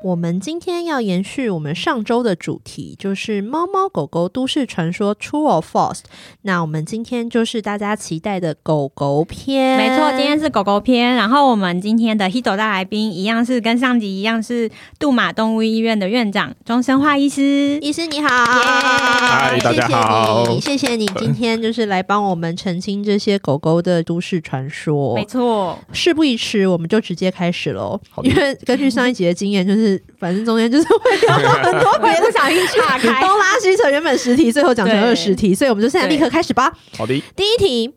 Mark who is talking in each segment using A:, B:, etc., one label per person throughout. A: 我们今天要延续我们上周的主题，就是猫猫狗狗都市传说 True or False。那我们今天就是大家期待的狗狗篇，
B: 没错，今天是狗狗篇。然后我们今天的 Hito 大来宾一样是跟上集一样是杜马动物医院的院长钟生化医师。
A: 医师你好，
B: 嗨
A: 谢谢
C: 大家好
A: 你，谢谢你今天就是来帮我们澄清这些狗狗的都市传说。
B: 没错，
A: 事不宜迟，我们就直接开始喽。
C: 好的
A: 因为根据上一集的经验，就是反正中间就是会聊到很 多
B: 我也不小心岔 开。
A: 东拉西扯，原本十题，最后讲成
B: 对
A: 二十题，所以我们就现在立刻开始吧。
C: 好的，
A: 第一题，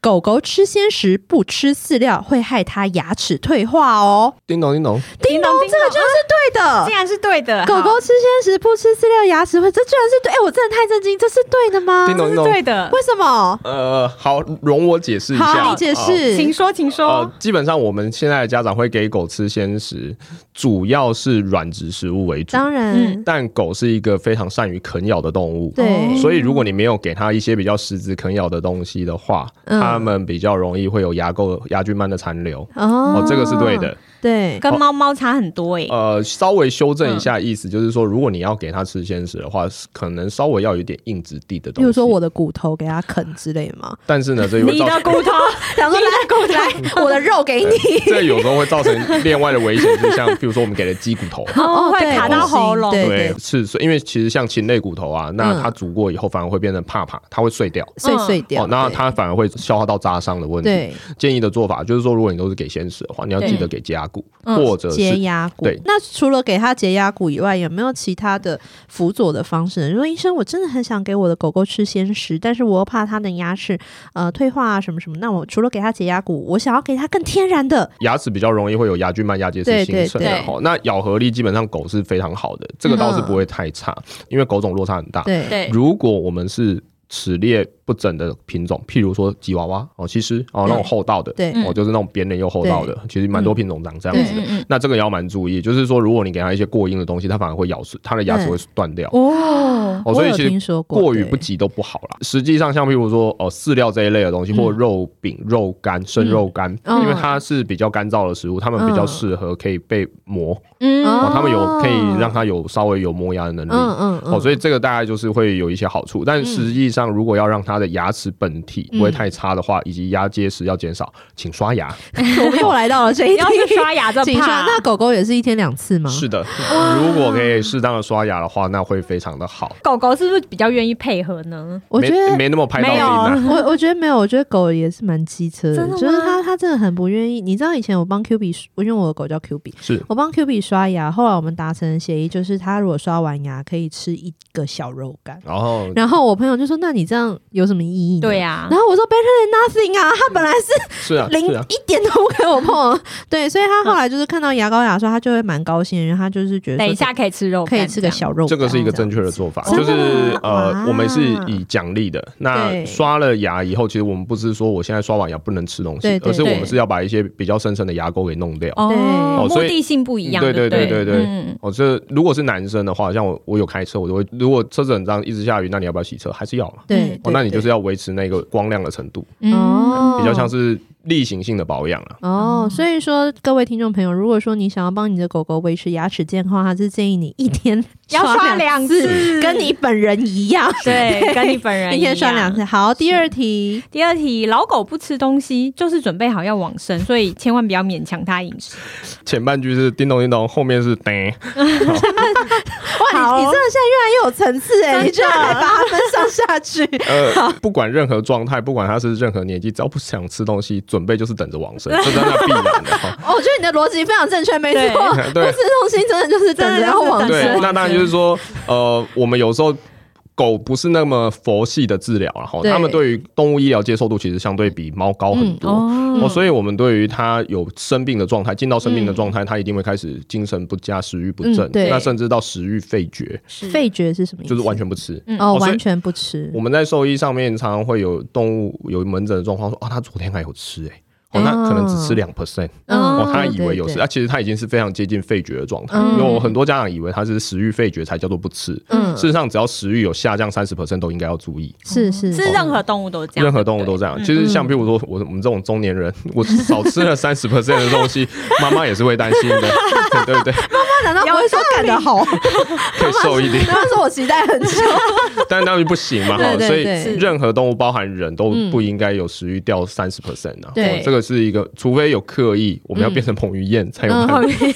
A: 狗狗吃鲜食不吃饲料会害它牙齿退化哦。
C: 叮咚叮咚，
A: 叮咚，这个就是对的
B: 竟。然是对的，
A: 狗狗
B: 好
A: 吃鲜食不吃饲料，牙齿会，这居然是对！哎、我真的太震惊，这是对的吗？
C: 叮咚
B: 是对的，
A: 为什么？
C: 呃，好，容我解释一下。
A: 好，你解
C: 哦
A: 释。
B: 请说，请说
C: 呃。，基本上我们现在的家长会给狗吃鲜食，主要是软质食物为主。
A: 当然，
B: 嗯
C: 但狗是一个非常善于啃咬的动物，
A: 对
C: 哦所以如果你没有给它一些比较实质啃咬的东西的话，
A: 嗯
C: 它们比较容易会有牙垢、牙菌斑的残留。
A: 哦
C: 哦，这个是对的。。
A: 对，
C: 哦
B: 跟猫猫差很多诶、
C: 呃，稍微修正一下意思，就是说，如果你要给它吃鲜食的话，可能稍微要有一点硬质地的东
A: 比
C: 西。
A: 如说我，的骨头给它啃之类吗？
C: 但是呢，这又会
B: 你
C: 造成
B: 的骨头，
A: 想说 来来，我的肉给你。
C: 这有时候会造成另外的危险，就像譬如说我们给的鸡骨头，
B: 哦会
A: 对
B: 卡到
A: 不行
B: 喉咙
A: 对对，嗯
C: 是，所以因为其实像禽类骨头啊，那它煮过以后反而会变成怕怕，它会碎掉。
A: 碎碎掉。
C: 哦，那
A: 对
C: 它反而会消化到扎伤的问题。
A: 对
C: 建议的做法就是说，如果你都是给鲜食的话，你要记得给加骨，
B: 嗯
C: 或者
A: 洁
C: 是
A: 牙骨
C: 对。
A: 那除了给它洁牙骨以外，有没有其他的辅佐的方式呢？如果医生，我真的很想给我的狗狗吃鲜食，但是我又怕它的牙齿呃退化啊什么什么。那我除了给它洁牙骨，我想要给它更天然的。
C: 牙齿比较容易会有牙菌斑、牙结石形成
A: 对嗯
B: 对
C: 的。哦，那咬合力基本上狗是非常好的，这个倒是不会太差，因为狗种落差很大。
A: 对，
B: 对，
C: 如果我们是齿列不整的品种，譬如说吉娃娃哦，其实哦
A: 嗯
C: 那种厚道的，
A: 对
C: 哦就是那种扁脸又厚道的，其实蛮多品种长这样子
B: 嗯
C: 的。
B: 嗯
C: 那这个也要蛮注意，就是说如果你给它一些过硬的东西，它反而会咬碎，它的牙齿会断掉。
A: 嗯哦
C: 哦，所以
A: 有
C: 其实
A: 听说过
C: 过于不
A: 对
C: 及都不好啦。实际上，像譬如说，哦，饲料这一类的东西，或肉饼、肉干、生肉干，
A: 嗯
C: 因为它是比较干燥的食物，它们比较适合可以被磨，
B: 嗯
A: 哦
C: 哦，它们有可
A: 哦
C: 以让它有稍微有磨牙的能力。
A: 嗯嗯嗯，
C: 哦，所以这个大概就是会有一些好处，但实际上如果要让它的牙齿本体不会
A: 嗯
C: 太差的话，以及牙结石要减少，请刷牙。
A: 我们又来到了这一
B: 要是
A: 题。
B: 刷牙这
A: 请说，
B: 怕，
A: 那狗狗也是一天两次吗？啊
C: 是的，如果可以适当的刷牙的话，那会非常的好。
B: 狗狗是不是比较愿意配合呢？
A: 我觉得
C: 没没那么拍到
B: 没
C: 音
B: 有
C: 啊。
A: 我我觉得没有，我觉得狗也是蛮机车的，
B: 真的吗
A: 就是它它真的很不愿意。你知道以前我帮 Q B，我因为我的狗叫 Q B，
C: 是
A: 我帮 Q B 刷牙，后来我们达成协议，就是它如果刷完牙可以吃一个小肉干。
C: 然后
A: 然后我朋友就说：“那你这样有什么意义呢？”
B: 对、呀、
A: 然后我说：“Better than nothing 啊，它本来是
C: 是 啊，
A: 零、
C: 是啊，
A: 一点都不给我 碰。”啊对，所以它后来就是看到牙膏牙刷，它就会蛮高兴的，因为它就是觉得说
B: 等一下可以吃肉
A: 可
B: 干，
A: 以吃个小肉干，
C: 这个是一个
A: 这样
C: 正确的做法，
A: 真
C: 就
A: 的
C: 是
A: 吗哇
C: 呃，我们是以奖励的。
A: 对
C: 那刷了牙以后，其实我们不是说我现在刷完牙不能吃东
A: 对
C: 西，
A: 对
C: 而是我
B: 对
C: 们是要把一些比较深层的牙垢给弄掉。
A: 对
B: 哦
C: 哦，
B: 目
C: 所以
B: 的性不一样，
C: 对
B: 对
C: 对
B: 不
C: 对对对
B: 嗯，
C: 哦，这如果是男生的话，像我，我有开车，我就会，如果车子很脏，一直下雨，那你要不要洗车？还是要嘛。
A: 对
B: 嗯
C: 哦，
A: 对
C: 那你就
A: 对
C: 是要维持那个光亮的程度，
B: 哦，
A: 哦，
C: 比较像是例行性的保养啊了。
B: 嗯
A: 哦，所以说各位听众朋友，如果说你想要帮你的狗狗维持牙齿健康，还是建议你一天
B: 要刷
A: 两
B: 两次啊
A: 跟你本人一样，
B: 对，跟你本人
A: 一
B: 样
A: 天刷两。次。好，第二题，
B: 第二题，老狗不吃东西，就是准备好要往生，所以千万不要勉强它饮食。
C: 前半句是叮咚叮咚，后面是叮，
A: 哇，你你真的现在越来越有层次哎，你居然还把它分上下去，
C: 呃，不管任何状态，不管他是任何年纪，只要不想吃东西，准备就是等 着往生，这真的必然的。哈
A: 哦我觉得你的逻辑非常正确，没错，
C: 对
A: 不吃东西真的就是等着要往
B: 真的
C: 对
B: 是，
A: 生。
C: 那当然就是说，呃，我们有时候。狗不是那么佛系的治疗啊，然后
A: 对嗯
C: 他们对于动物医疗接受度其实相对比猫高很多。
B: 哦
C: 哦，所以我们对于它有生病的状态，进到生病的状态，它一定会开始精神不佳、食欲不振
A: 嗯，对
C: 那甚至到食欲废绝，
B: 是
A: 废绝是什么意思？
C: 就是完全不吃。
B: 嗯
A: 哦，
C: 哦所以
A: 完全不吃
C: 我。们在兽医上面常常会有动物有门诊的状况说，啊，它昨天还有吃、欸，哦，那可能只吃两 percent，
A: 嗯
C: 哦，他以为有事，
A: 对对
C: 那、其实他已经是非常接近肺绝的状态，
A: 嗯
C: 因为我很多家长以为他是食欲肺绝才叫做不吃，
A: 嗯
C: 事实上只要食欲有下降三十 percent 都应该要注意。
A: 是是
B: 是任何动物都这样，
C: 任何动物都这样，其实
A: 嗯
C: 像譬如说我我们这种中年人， 我少吃了三十 percent 的东西，妈妈也是会担心的， 对对对，
A: 那难道不会说干得 好？
C: 可以瘦一点，
A: 然后说我期 待很久，
C: 但当然不行嘛，哈
A: 对对
C: 所以
A: 对是
C: 任何动物包含人都
A: 嗯
C: 不应该有食欲掉三十 percent 啊，
A: 对
C: 哦这个是一个，除非有刻意，我们要变成彭于晏才有
A: 嗯
C: 办法。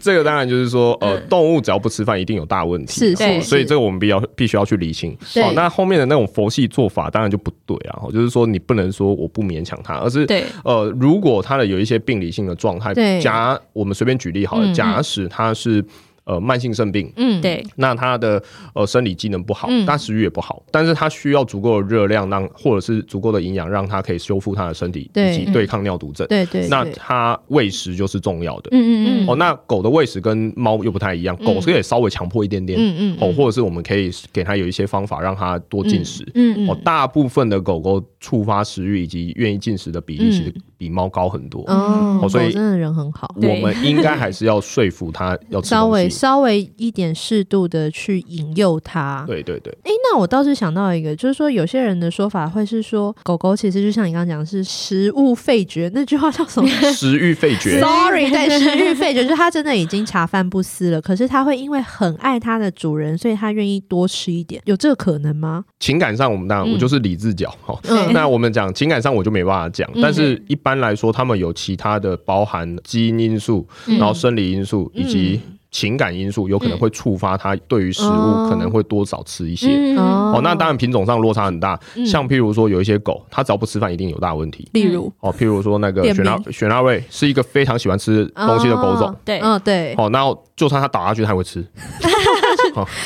C: 这个当然就是说，呃，动物只要不吃饭，一定有大问题啊，
A: 是
B: 对
A: 是，
C: 所以这个我们必要必须要去理清。
A: 对
C: 哦，那后面的那种佛系做法当然就不对啊，哦就是说你不能说我不勉强他，而是
B: 对
C: 呃，如果他的有一些病理性的状态
A: 对，
C: 假我们随便举例好
A: 嗯
C: 了，
A: 嗯
C: 假使他是呃慢性肾病，
A: 嗯，
B: 对
C: 那他的呃生理机能不好
A: 嗯，
C: 他食欲也不好，但是他需要足够的热量让或者是足够的营养让他可以修复他的身体
A: 对嗯
C: 以及对抗尿毒症。
A: 对对，
C: 那
A: 对
C: 他喂食就是重要的。
A: 嗯嗯嗯，嗯
C: 哦，那狗的喂食跟猫又不太一样，狗是可以稍微强迫一点点，
A: 嗯嗯
C: 哦，或者是我们可以给它有一些方法让它多进食。
A: 嗯
C: 哦，大部分的狗狗触发食欲以及愿意进食的比例，其实比猫高很多。
A: 嗯哦，
C: 哦所以
A: 狗真的人很好，
B: 对
C: 我们应该还是要说服它要吃
A: 稍
C: 东
A: 微
C: 西。
A: 稍微一点适度的去引诱它。
C: 对对对，
A: 诶，那我倒是想到一个，就是说有些人的说法会是说，狗狗其实就像你刚刚讲的是食物废绝，那句话叫 什么？。
C: 食欲废绝
A: Sorry，对，食欲废绝，就是它真的已经茶饭不思了。可是它会因为很爱它的主人，所以它愿意多吃一点，有这个可能吗？
C: 情感上，我们当然、
A: 嗯
C: 我就是理智角 哈。
A: 嗯
C: 那我们讲情感上，我就没办法讲。
A: 嗯
C: 但是一般来说，他们有其他的包含基因因素，
A: 嗯
C: 然后生理因素以及情感因素，有可能会触发他对于食
A: 哦
C: 物可能会多少吃一些。
B: 嗯
A: 哦
C: 哦，那当然品种上落差很大。像譬如说，有一些狗，它只要不吃饭，一定有大问题。
A: 嗯例如
C: 哦，譬如说那个
A: 便秘
C: 雪纳雪纳瑞是一个非常喜欢吃东西的狗种
A: 哦。
B: 对
A: 嗯，对，
C: 哦，那就算它倒下去，它还会吃。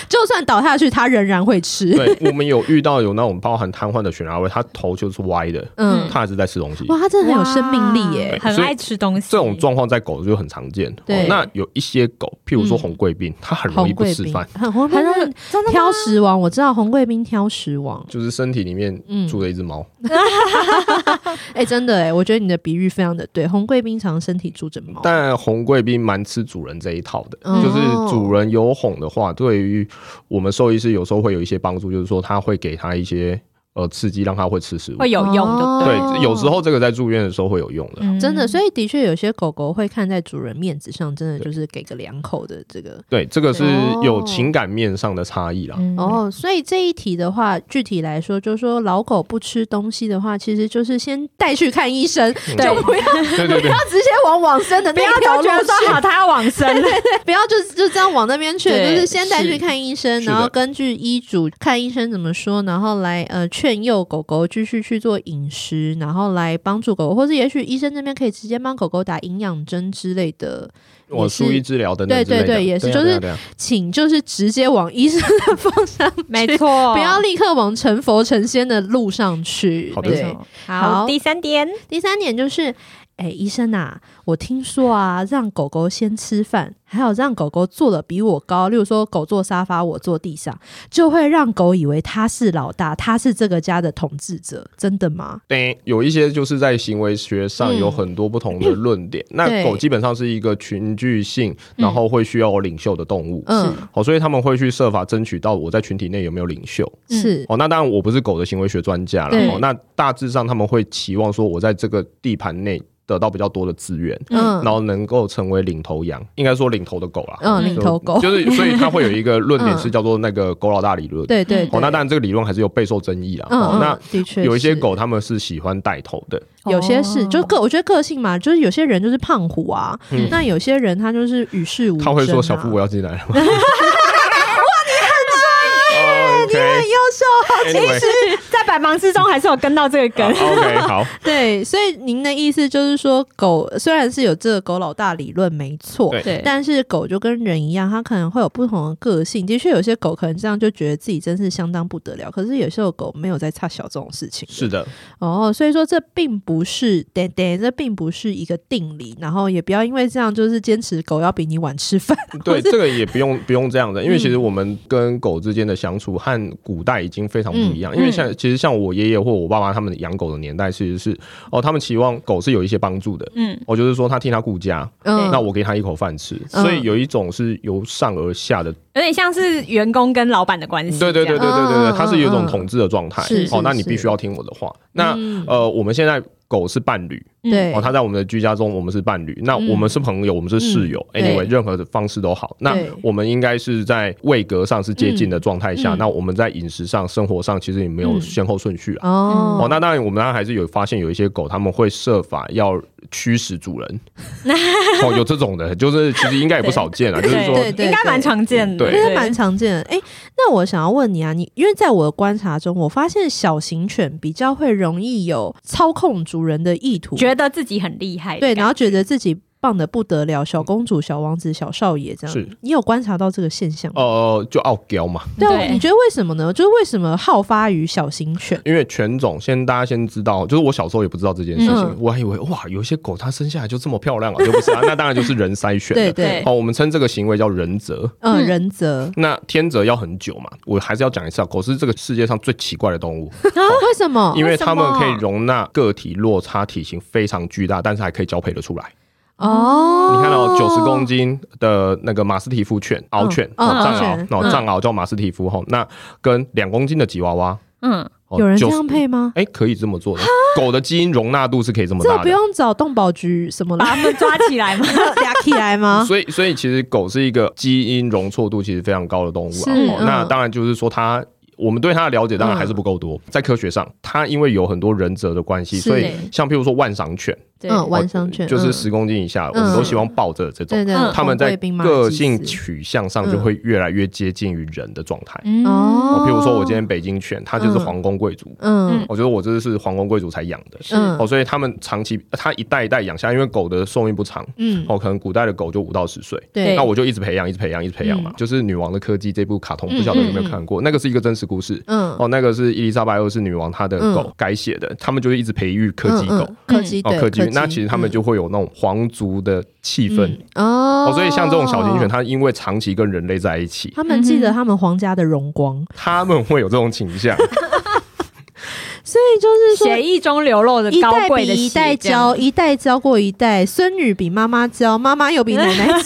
A: 就算倒下去，它仍然会吃。
C: 对，我们有遇到有那种包含瘫痪的雪纳瑞，它头就是歪的，
A: 嗯，
C: 它还是在吃东西。
A: 哇，它真的很有生命力耶。
B: 很爱吃东西，
C: 这种状况在狗就很常见。
A: 对嗯
C: 哦那有一些狗，譬如说红贵宾，它很容易
A: 红
C: 不
A: 贵
C: 吃
A: 宾，
C: 饭，
A: 很红贵
B: 很容
A: 宾挑食王，我知道红贵宾挑食王。
C: 就是身体里面
A: 嗯
C: 住了一只猫。
A: 哎、真的哎、我觉得你的比喻非常的对。红贵宾常身体住着猫，
C: 但红贵宾蛮吃主人这一套的，
A: 哦
C: 就是主人有哄的话，对于我们兽医师有时候会有一些帮助，就是说他会给他一些呃刺激，让他会吃食物。
B: 会有用的，
C: 对
A: 哦，
C: 有时候这个在住院的时候会有用的。
B: 对，
A: 真的，所以的确有些狗狗会看在主人面子上，真的就是给个两口的这个。
C: 对，这个是
A: 哦
C: 有情感面上的差异啦。
B: 哦，
A: 哦，所以这一题的话，具体来说，就是说老狗不吃东西的话，其实就是先带去看医生，
C: 对
A: 就不要
C: 对对对，
A: 直接往往生的
B: 不要
A: 那条
B: 就
A: 路
B: 觉得
A: 去
B: 说好，它要往生了，
A: 不要就就这样往那边去，就
B: 对
A: 是先带去看医生，
C: 是
A: 然后
C: 的
A: 根据医嘱看医生怎么说，然后来呃劝诱狗狗继续去做饮食，然后来帮助狗狗，或者也许医生那边可以直接帮狗狗打营养针之类的，
C: 我
A: 也是
C: 输医治疗等等
A: 对
C: 之类的，
A: 对对也是
C: 啊
A: 就是
C: 对啊对啊
A: 请就是直接往医生的方向去，
B: 没
C: 哦
B: 错，
A: 不要立刻往成佛成仙的路上去。
C: 好的
B: 没
A: 对，
B: 错。好，第三点，
A: 第三点就是，哎，医生啊，我听说啊，让狗狗先吃饭，还有让狗狗坐的比我高，例如说狗坐沙发，我坐地上，就会让狗以为它是老大，它是这个家的统治者，真的吗？
C: 对，有一些就是在行为学上
A: 嗯
C: 有很多不同的论点。那
A: 对
C: 狗基本上是一个群居性，然后会需要有领袖的动物。
A: 嗯，
C: 好，所以他们会去设法争取到我在群体内有没有领袖。
B: 嗯
A: 是，
C: 哦，那当然我不是狗的行为学专家
A: 对
C: 了。哦，那大致上他们会期望说我在这个地盘内得到比较多的资源，
A: 嗯
C: 然后能够成为领头羊，应该说领头的狗啦。
A: 嗯，
B: 就
A: 领头狗，
C: 就是，所以它会有一个论点
A: 嗯
C: 是叫做那个狗老大理论。
A: 对对
C: 哦，
A: 对。
C: 那当然这个理论还是有备受争议啦。
A: 嗯
C: 哦
A: 嗯，，
C: 那
A: 的确
C: 有一些
A: 是
C: 狗他们是喜欢带头的，
A: 有些是，
B: 哦
A: 就个我觉得个性嘛，就是有些人就是胖虎啊，
C: 嗯
A: 那有些人他就是与世无争、啊。
C: 他会说：“小夫，我要进来了。”哇，啊 你很专业，你很优秀，啊好，其实
B: 在百忙之中还是有跟到这个梗，
C: OK，好，
A: 对，所以您的意思就是说，狗虽然是有这个狗老大理论没错，
C: 对
B: 对
A: 但是狗就跟人一样，它可能会有不同的个性。的确，有些狗可能这样就觉得自己真是相当不得了，可是有些狗没有在差小这种事情。
C: 是 的，
A: 哦，所以说这并不是等等，这并不是一个定理，然后也不要因为这样就是坚持狗要比你晚吃饭。
C: 对，
A: 或是
C: 这个也不用不用这样的，因为
A: 嗯
C: 其实我们跟狗之间的相处和古代已经非常不一样，
A: 嗯
C: 因为现在其实像我爷爷或我爸爸他们养狗的年代，其实是哦，他们期望狗是有一些帮助的。
B: 嗯，
C: 我、就是说他替他顾家，
A: 嗯，
C: 那我给他一口饭吃，
A: 嗯
C: 所以有一种是由上而下的，
B: 有点像是员工跟老板的关系。
C: 嗯对对对对对
B: 这样
C: 对对，它是有
A: 嗯
C: 一
A: 嗯
C: 种
A: 嗯
C: 统治的状态
A: 是。是
C: 哦，那你
A: 是
C: 必须要听我的话。那
A: 嗯
C: 呃，我们现在狗是伴侣，
B: 嗯
A: 对
C: 哦，他在我们的居家中，我们是伴侣，那
A: 嗯
C: 我们是朋友，我们是室友
A: 嗯
C: ，anyway，
A: 对
C: 任何的方式都好。那
A: 对
C: 我们应该是在位格上是接近的状态下，
A: 嗯嗯
C: 那我们在饮食上、生活上其实也没有
A: 嗯
C: 先后顺序啊。
A: 哦
C: 哦，那当然，我们当然还是有发现有一些狗，他们会设法要驱使 主人。哦，有这种的，就是其实应该也不少见啊，就是
B: 对
C: 说
A: 对对
B: 应该蛮常见的，
C: 对
A: 应该蛮常见的。哎、那我想要问你啊，你因为在我的观察中，我发现小型犬比较会容易有操控主人的意图，
B: 觉得自己很厉害的
A: 对，
B: 感觉。
A: 然后觉得自己棒的不得了，小公主、小王子、小少爷这样。
C: 是
A: 你有观察到这个现象吗？
C: 呃，就傲娇嘛，
A: 对啊，
B: 对
A: 你觉得为什么呢？就是为什么好发于小型犬？
C: 因为犬种，先大家先知道，就是我小时候也不知道这件事情，
A: 嗯
C: 我还以为哇，有一些狗它生下来就这么漂亮啊，就不是啊，那当然就是人筛选
A: 对
C: 的。
A: 对
B: 对，
C: 哦，我们称这个行为叫人择。
A: 嗯，
B: 嗯
A: 仁 泽，
C: 那天择要很久嘛，我还是要讲一下，狗是这个世界上最奇怪的 动物，
A: 为什么？
C: 因为
B: 为什
C: 它们可以
B: 么
C: 容纳个体落差体型非常巨大，但是还可以交配的出来。
A: 哦，
B: 嗯
C: 你看到九十公斤的那个马斯提夫犬、獒犬、
A: 嗯
C: 哦
B: 嗯
C: 藏
A: 獒
C: 獒
A: 犬，
C: 哦
B: 嗯
C: 藏獒叫马斯提夫吼，那跟两公斤的吉娃娃，
B: 嗯，
C: 哦
A: 有人这
C: 90
A: 样配吗？
C: 哎，可以这么做的。狗的基因容纳度是可以这么
A: 啊这
C: 大
A: 不
C: 的，
A: 用找动保局什么
B: 把
A: 啦，
B: 他们抓起来嘛。
A: 俩起来 吗？
C: 所以所以其实狗是一个基因容错度其实非常高的动物
A: 是
C: 啊。哦
A: 嗯
C: 那当然就是说它。我们对它的了解当然还是不够多，在科学上，它因为有很多人则的关系，
A: 是
C: 所以像譬如说万赏犬，
B: 对，
A: 嗯，晚上犬
C: 就是
A: 嗯
C: 十公斤以下，我
A: 嗯
C: 们都希望抱着这种
A: 对，对，
B: 嗯
C: 它们
A: 红
C: 在
A: 贵宾马尔
C: 个
A: 济
C: 性
A: 斯
C: 取向上就会越来越接近于人的状态。
B: 嗯
A: 嗯哦
C: 哦，譬如说我今天北京犬，它就是皇宫贵族，
A: 嗯
C: 我觉得我这是皇宫贵族才养的，
B: 是
A: 嗯
C: 哦，所以他们长期它一代一代养下，因为狗的寿命不长，
A: 嗯，
C: 哦，可能古代的狗就五到十岁。
A: 对嗯
C: 那我就一直培养，一直培养，一直培养嘛。就是《女王的柯基》这部卡通，不晓得有没有看过？那个是一个真实故事。
A: 嗯
C: 哦，那个是伊丽莎白二世女王她的
A: 嗯
C: 狗改写的，他们就是一直培育柯基狗。
A: 嗯嗯柯基
C: 哦，
A: 对
C: 柯基，那其实他们就会有那种皇族的气氛、
A: 嗯哦
C: 哦，所以像这种小型犬，，它因为长期跟人类在一起，
A: 他们记得他们皇家的荣光，
C: 他们会有这种倾 向。
A: 所以就是说
B: 血液中流露的
A: 一
B: 高
A: 代
B: 贵的
A: 比一
B: 血
A: 代
B: 这样
A: 娇，一代娇过一代，孙女比妈妈娇，妈妈又比奶奶娇。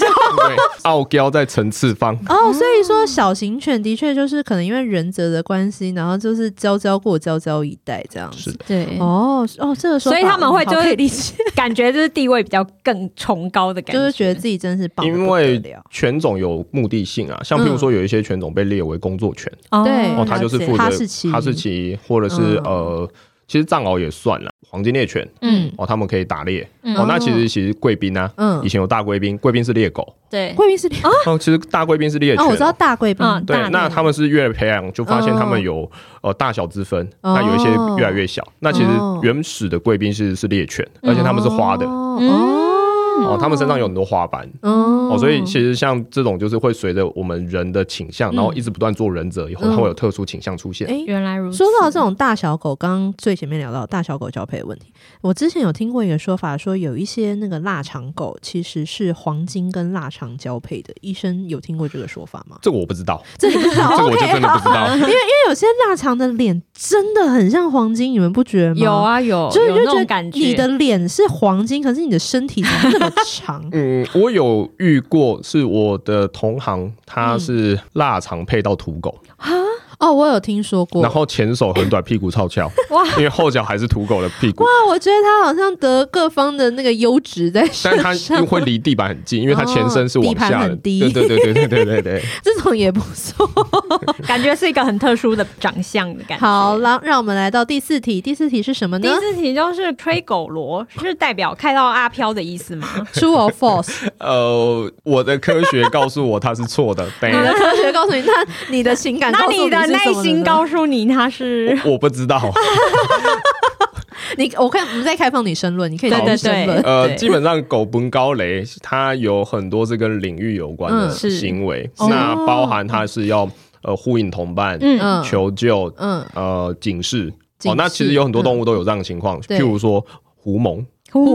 C: 对，傲娇在层次方，
A: 哦，所以说小型犬的确就是可能因为仁泽的关系，然后就是娇娇过娇娇一代这样
C: 是
A: 子。
C: 的。
B: 对，
A: 哦哦，这个说法
B: 所以他们会
A: 好
B: 就是
A: 可以理解，
B: 感觉就是地位比较更崇高的感
A: 就是觉得自己真是棒得不得了，
C: 犬种有目的性啊，像譬如
A: 嗯
C: 说有一些犬种被列为工作犬，
B: 哦
A: 对
C: 哦，它就是负责
A: 嗯哈士奇
C: 哈士奇或者是
A: 嗯
C: 呃，其实藏獒也算了，黄金猎犬
A: 嗯
C: 哦，他们可以打猎
B: 嗯
C: 哦。那其实其实贵宾啊，
A: 嗯
C: 以，前有大贵宾，贵宾是猎狗，
B: 对
A: 贵宾是哦，
C: 哦，其实大贵宾是猎犬
A: 哦，我知道。大贵宾，
B: 嗯
C: 对
B: 大，
C: 那
B: 的
C: 他们是越培养，就发现他
A: 哦
C: 们有呃大小之分，
A: 哦
C: 那有一些越来越小。那其实
A: 哦
C: 原始的贵宾是是猎犬，而且他们是花的
A: 哦
B: 嗯
C: 哦，他们身上有很多花斑。
A: 哦
C: 哦，所以其实像这种就是会随着我们人的倾向，然后一直不断做人者以后，
A: 嗯
C: 它会有特殊倾向出现。
A: 哎，
B: 原来如此。
A: 说到这种大小狗，刚刚最前面聊到大小狗交配的问题，我之前有听过一个说法，说有一些那个腊肠狗其实是黄金跟腊肠交配的。医生有听过这个说法吗？
C: 这个我不知道，
A: 这 你不知道
C: 这个我
A: 哦
C: 就
A: ？OK，
C: 真的不知道。？
A: 因为有些腊肠的脸真的很像黄金，你们不觉得吗？
B: 有，啊有，
A: 就
B: 有
A: 就
B: 那种
A: 觉得
B: 感觉，
A: 你的脸是黄金，可是你的身体怎么那么长
C: 嗯，我有遇过，是我的同行，他
A: 嗯
C: 是腊肠配到土狗，
A: 哦，我有听说过。
C: 然后前手很短，屁股超翘，
B: 哇
C: 因为后脚还是土狗的屁股，
A: 哇，我觉得它好像得各方的那个优质在
C: 但
A: 身
C: 它
A: 上，
C: 会离地板很近，因为它前身是往
A: 哦地
C: 下
A: 盘
C: 的，
A: 很低
C: 对对对对对对对对。
A: 这种也不错。
B: 感觉是一个很特殊的长相的感 觉。
A: 好，让让我们来到第四题。第四题是什么
B: 第
A: 呢
B: 四题就是吹狗螺，是代表开到阿飘的意思吗？
A: ？True or false？
C: 呃，我的科学告诉我它是 错的，
A: 你
C: 对
A: 的科学告诉你，那你的情 感
B: 那
A: 告诉
B: 你的
A: 是什
B: 内
A: 么
B: 心
A: 呢
B: 告诉你他是
C: 我不知道。
A: 你，我看我们在开放你申论，你可以
B: 对
A: 自己
B: 对
A: 申论
B: 对
C: 呃，基本上狗本高雷，它有很多是跟领域有关
A: 嗯
C: 的
B: 是
C: 行为，
A: 是
C: 那
A: 哦
C: 包含它是要呃呼应同伴、
B: 嗯
A: 嗯
C: 求救、
A: 嗯
C: 呃警示。
A: 警示
C: 哦，那其实有很多动物都有这样的情况，
A: 对
C: 譬如说狐獴，
B: 狐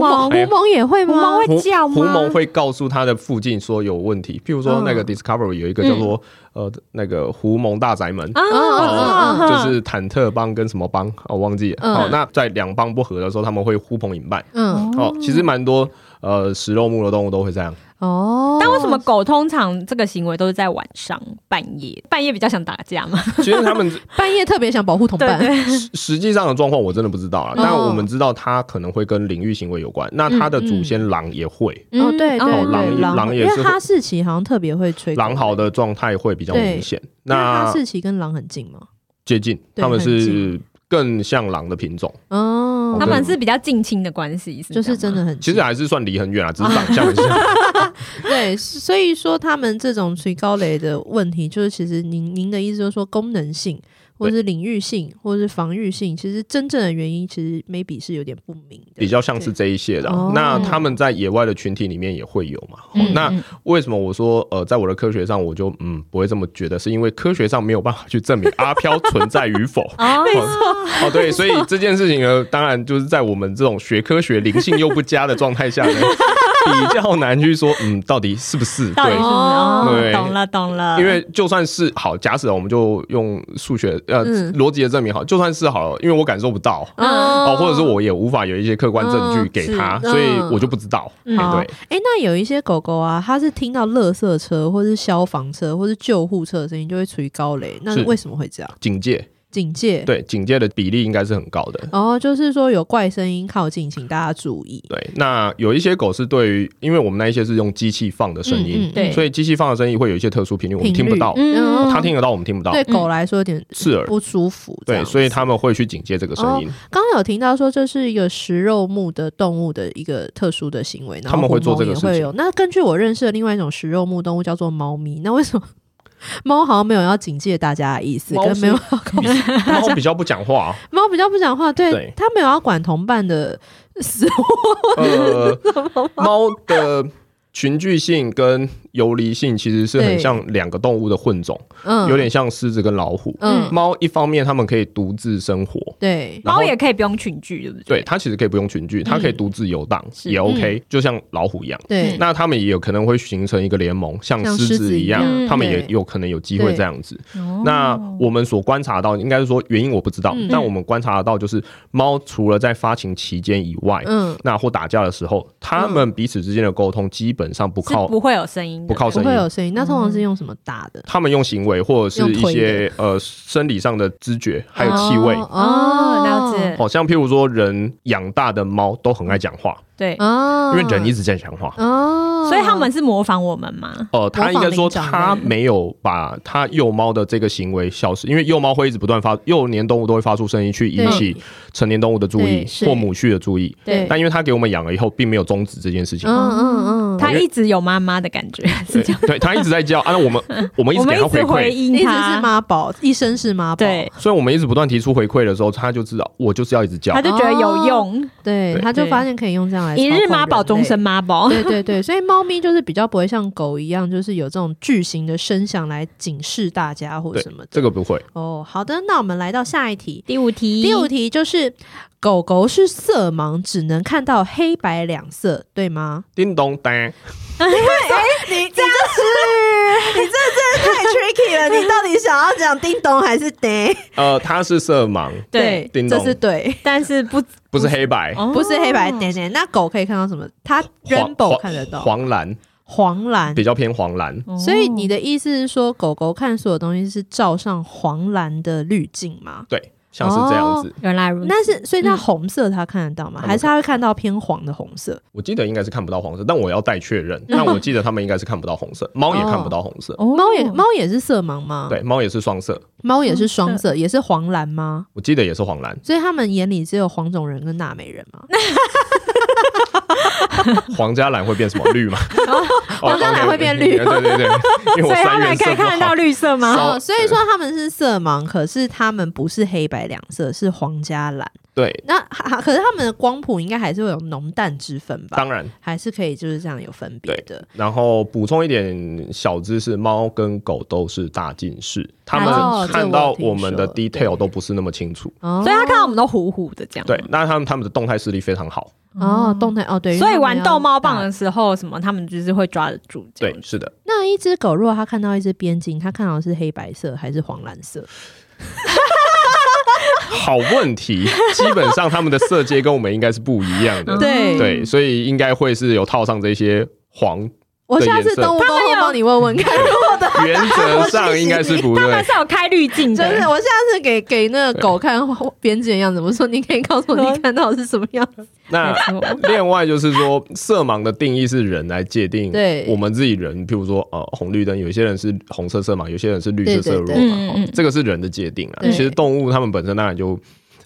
A: 獴，
B: 獴
A: 狐獴也会
B: 狐
A: 吗
B: 獴？会
C: 狐
B: 叫
C: 狐
B: 吗
C: 獴？会告诉他的附近说有问题，譬如说那个
A: 嗯
C: Discovery 有一个叫做、呃那个狐獴大宅门。
B: 啊
A: 哦
C: 哦，就是忐忑帮跟什么帮，哦、忘记了。
A: 嗯
C: 哦，那在两帮不合的时候，他们会呼朋引伴。
A: 嗯，
C: 哦，其实蛮多呃食肉目的动物都会这样。
A: 哦，
B: 但为什么狗通常这个行为都是在晚上半夜？半夜比较想打架嘛？
C: 其实他 们实
A: 半夜特别想保护同
B: 对
A: 伴？
B: 对，
C: 实际上的状况我真的不知道啊，
A: 哦
C: 但我们知道它可能会跟领域行为有关。
A: 嗯
C: 那它的祖先狼也会，
A: 哦，对对
B: 哦
A: 对，
C: 狼狼也
A: 因为
C: 是
A: 哈士奇好像特别会吹狗
C: 狼嚎的状态会比较明显。
A: 嗯因为哈
C: 那
A: 士奇跟狼很近嘛。
C: 接近，
A: 对
C: 他们
A: 很
C: 是
A: 近
C: 更像狼的品种，
A: 哦，
B: 他们是比较近亲的关系，
A: 就
B: 这样
A: 是
B: 吗
A: 真的很
C: 其
A: 近
C: 实还是算离很远啊，只是长 相很像。
A: 对，所以说他们这种垂高雷的问题，就是其实您您的意思就是说功能性，或是领域性，或是防御性，其实真正的原因其实 maybe 是有点不明的，
C: 比较像是这一些的啊、
A: 哦
C: 那他们在野外的群体里面也会有嘛？哦
B: 嗯
C: 那
B: 嗯
C: 为什么我说呃，在我的科学上我就嗯不会这么觉得，是因为科学上没有办法去证明阿飘存在与否。
B: 哦，
C: 哦，对，所以这件事情呢，当然就是在我们这种学科学灵性又不佳的状态下呢， 比较难去说嗯到底是不是
B: 到底是
C: 对
B: 不。是？哦，
C: 对
B: 懂了懂了，
C: 因为就算是好，假使我们就用数学呃
A: 嗯
C: 逻辑的证明好，就算是好了，因为我感受不到，
A: 嗯。
C: 哦，或者是我也无法有一些客观证据给他，
A: 嗯是
C: 所以我就不知道。
A: 嗯
C: 哎对，
A: 哎、那有一些狗狗啊，它是听到垃圾车或是消防车或是救护车的声音，就会处于高雷，那
C: 是
A: 为什么会这样？
C: 警戒，
A: 警戒。
C: 对警戒的比例应该是很高的。
A: 然后就是说有怪声音靠近，请大家注意。
C: 对，那有一些狗是对于，因为我们那一些是用机器放的声音，
A: 嗯
B: 对
C: 所以机器放的声音会有一些特殊频率，我们
A: 频
C: 听
A: 率
C: 不到，
A: 嗯
C: 它听得到，我们听不到，
A: 对狗来说有点
C: 刺耳。
A: 不舒服。这
C: 对，
A: 样
C: 所以
A: 子哦
C: 他们会去警戒这个声音，
A: 刚刚有听到说这是一个食肉目的动物的一个特殊的行为，然后
C: 他们会做这个
A: 狐獴也会有。那根据我认识的另外一种食肉目动物叫做猫咪， 那为什么猫好像没有要警戒大家的意思，
C: 猫
A: 跟
C: 是
A: 没有
C: 然后比较不讲话，啊
A: 猫比较不讲话，对
C: 对
A: 它没有要管同伴的死 活。
C: 呃，猫的群聚性跟游离性其实是
A: 对
C: 很像两个动物的混种，
A: 嗯，
C: 有点像狮子跟老虎。
A: 嗯，
C: 猫一方面它们可以独自生活，
A: 对，
C: 然后
B: 猫也可以不用群聚，对不
C: 对
B: 对？
C: 它其实可以不用群聚，它可以独自游荡、
B: 是
C: 也 OK，、就像老虎一样。
A: 嗯对，
C: 那他们也有可能会形成一个联盟，像
A: 像狮
C: 狮
A: 子
C: 子
A: 一
C: 一样
A: 样
B: 嗯，
C: 他们也
A: 对
C: 有可能有机会这样子。
B: 哦
C: 那我们所观察到，应该是说原因我不知道，
A: 嗯
C: 但我们观察得到就是猫除了在发情期间以外，
A: 嗯，
C: 那或打架的时候，他们彼此之间的沟通基本上不
B: 是
C: 靠，
B: 不会有声音的，
C: 不靠
A: 不
C: 声音
A: 会有声音。
B: 嗯
A: 那通常是用什么打的？
C: 他们用行为或者是一
A: 用推
C: 些呃生理上的知觉，还有气味。
A: 哦，
B: 哦，了
A: 解。
B: 解，
C: 好像譬如说，人养大的猫都很爱讲话，
B: 对，
A: 哦，
C: 因为人一直在讲话。
A: 哦，
B: 所以他们是模仿我们嘛？
C: 哦，
A: 仿
C: 他应该说
A: 灵长类
C: 他没有把他幼猫的这个行为消失，因为幼猫会一直不断发，幼年动物都会发出声音去引
A: 对
C: 起成年动物的注
A: 对
C: 意
A: 是
C: 或母畜的注意。
A: 对
C: 但因为他给我们养了以后，并没有终止这件事情
A: 嗯，嗯嗯，
B: 它一直有妈妈的感觉，是
C: 对
B: 这样。嗯
C: 对，他一直在叫， 啊，那我们我们一
B: 我
C: 直
B: 们
C: 给他
B: 一
C: 回
B: 直回
C: 馈，
A: 一
B: 应
A: 直
B: 它，
A: 是妈宝，一生是妈宝，
B: 对，
C: 所以我们一直不断提出回馈的时候，他就知道我就是要一直叫
B: 它。就觉得有用，
A: 对，
C: 对
A: 他就
B: 对
A: 发现可以用这样来
B: 一
A: 操
B: 日
A: 控
B: 妈宝，
A: 人
B: 终
A: 类
B: 身。妈宝。
A: 对对对，所以猫咪就是比较不会像狗一样，就是有这种巨型的声响来警示大家或
C: 对
A: 什么的。
C: 这个不会，
A: 哦，好的，那我们来到下一题。
B: 第五题，
A: 第五题就是狗狗是色盲，只能看到黑白两色，对吗？
C: 叮咚当，
A: 你这样 是， 你这真的太 tricky 了。你到底想要讲叮咚还是得？
C: 呃，他是色盲，
B: 对，
C: 叮
A: 这
C: 咚
A: 是 对，
B: 但是不
C: 不是黑白，
B: 哦
A: 不是黑白点点。那狗可以看到什么？它
C: 黄
A: rainbow
C: 黄
A: 看得到
C: 黄蓝
A: 黄蓝，
C: 比较偏黄蓝，
A: 所以你的意思是说，狗狗看所有东西是照上黄蓝的滤镜吗？
C: 对，像是这样子。
B: 原来如此，
A: 那是，所以那红色它嗯看得到吗？
C: 嗯
A: 还是它会看到偏黄的红色？
C: 我记得应该是看不到黄色，但我要再确认。但我记得他们应该是看不到红 色，猫也看不到红色。
B: 哦
A: 猫也猫也是色盲吗？，
C: 对，猫也是双色，
A: 猫也是双色，也是黄蓝吗？
C: 我记得也是黄 蓝，
A: 所以他们眼里只有黄种人跟纳美人 吗？
C: 黄加蓝会变什么绿 吗？ 哦
A: 黄加蓝会变绿
C: OK，对对对，因为
B: 所
C: 我
B: 以他
C: 三
B: 们
C: 原
B: 可以
C: 色不
B: 看得到
C: 好。
B: 绿色吗？
A: 哦，所以说他们是色盲，可是他们不是黑白两色，是黄加蓝。
C: 对，
A: 那哈可是他们的光谱应该还是会有浓淡之分吧？
C: 当然。
A: 还是可以就是这样有分别的。
C: 然后补充一点小知识，猫跟狗都是大近视，它
A: 哦
C: 们
A: 这
C: 看
A: 我
C: 到
A: 听
C: 我们的
A: 说
C: detail 都不是那么清楚。
A: 哦嗯
B: 所以他看到我们都糊糊的这样，
C: 对，那它们它们的动态视力非常好，
A: 哦，动态哦，对，
B: 所以玩逗猫
A: 因
B: 棒
A: 为他们要打
B: 的时候，什么他们就是会抓得住这样
C: 对，是的，
A: 那一只狗，如果它看到一只边境，它看到的是黑白色还是黄蓝色？
C: 好问题。基本上他们的色阶跟我们应该是不一样的，
A: 对
C: 对，所以应该会是有套上这些黄。
A: 我下次
C: 的颜色
A: 动物沟通帮你问问 看，
C: 原 则上应该是不
B: 他
C: 对
B: 们。是有开滤镜的，
A: 真的，我下次给给那个狗看边境的样子，我说你可以告诉我你看到的是什么样子。
C: 那
B: 没错
C: 另外就是说，色盲的定义是人来界定，
A: 对
C: 我们自己人，譬如说呃红绿灯，有些人是红色色盲，有些人是绿色色弱
A: 对对
C: 嘛
B: 对，
C: 哦
B: 嗯嗯
C: 这个是人的界定啊。
A: 对
C: 其实动物它们本身当然就，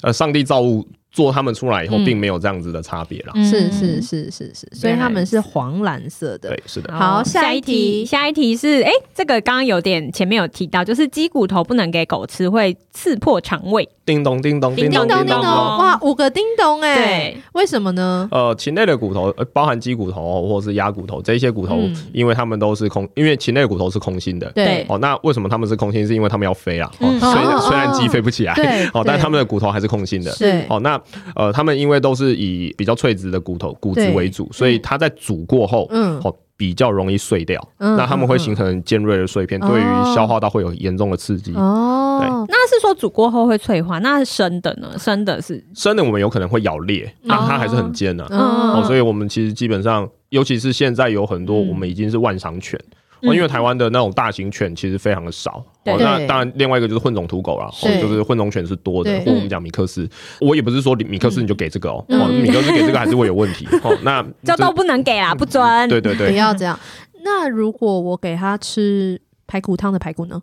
C: 呃，上帝造物做它们出来以后，
A: 嗯
C: 并没有这样子的差别啦。
B: 嗯
A: 是是是是是，所以它们是黄蓝色的。
C: 对，是的，
A: 好下
B: 下
A: 一
B: 一
A: 题
B: 题，下一题是，哎、这个刚刚有点前面有提到，就是鸡骨头不能给狗吃，会刺破肠胃。
C: 叮咚叮咚
A: 叮
C: 咚
A: 咚
C: 咚
A: 叮咚，哇，五个叮咚哎
B: 对，
A: 为什么呢？
C: 呃，禽类的骨头，呃包含鸡骨头或是鸭骨头这一些骨头，
A: 嗯
C: 因为它们都是空，因为禽类骨头是空心的。
A: 对
C: 哦，那为什么它们是空心？是因为它们要飞啊。哦，
B: 嗯
C: 虽
A: 哦
C: 然
A: 哦
C: 虽然鸡飞不起来，
A: 对
C: 哦，但
A: 对
C: 它们的骨头还是空心的。
A: 对
C: 哦，那呃，它们因为都是以比较脆质的骨头骨质
A: 对
C: 为主，所以它在煮过后，
A: 嗯
C: 哦，比较容易碎掉。
A: 嗯
C: 那它们会形成尖锐的碎片，
A: 嗯
C: 对于消化道会有严重的刺激。
A: 哦，
B: 那是说煮过后会脆化，那生的呢？生的是
C: 生的我们有可能会咬裂，那它还是很尖的。哦，
A: 哦嗯
C: 所以我们其实基本上，尤其是现在有很多
A: 嗯
C: 我们已经是万赏犬。
B: 嗯
C: 哦，因为台湾的那种大型犬其实非常的少，
B: 对
C: 哦，那
A: 对
C: 当然另外一个就是混种土狗啦，哦
A: 是，
C: 就是混种犬是多的
A: 对，
C: 或我们讲米克斯，我也不是说米克斯你就给这个哦，哦，
B: 嗯
C: 米克斯给这个还是会有问题，哦， 那
B: 就都不能给啦，不准。
C: 嗯对对
A: 不
C: 对，
A: 要这样。那如果我给它吃排骨汤的排骨呢？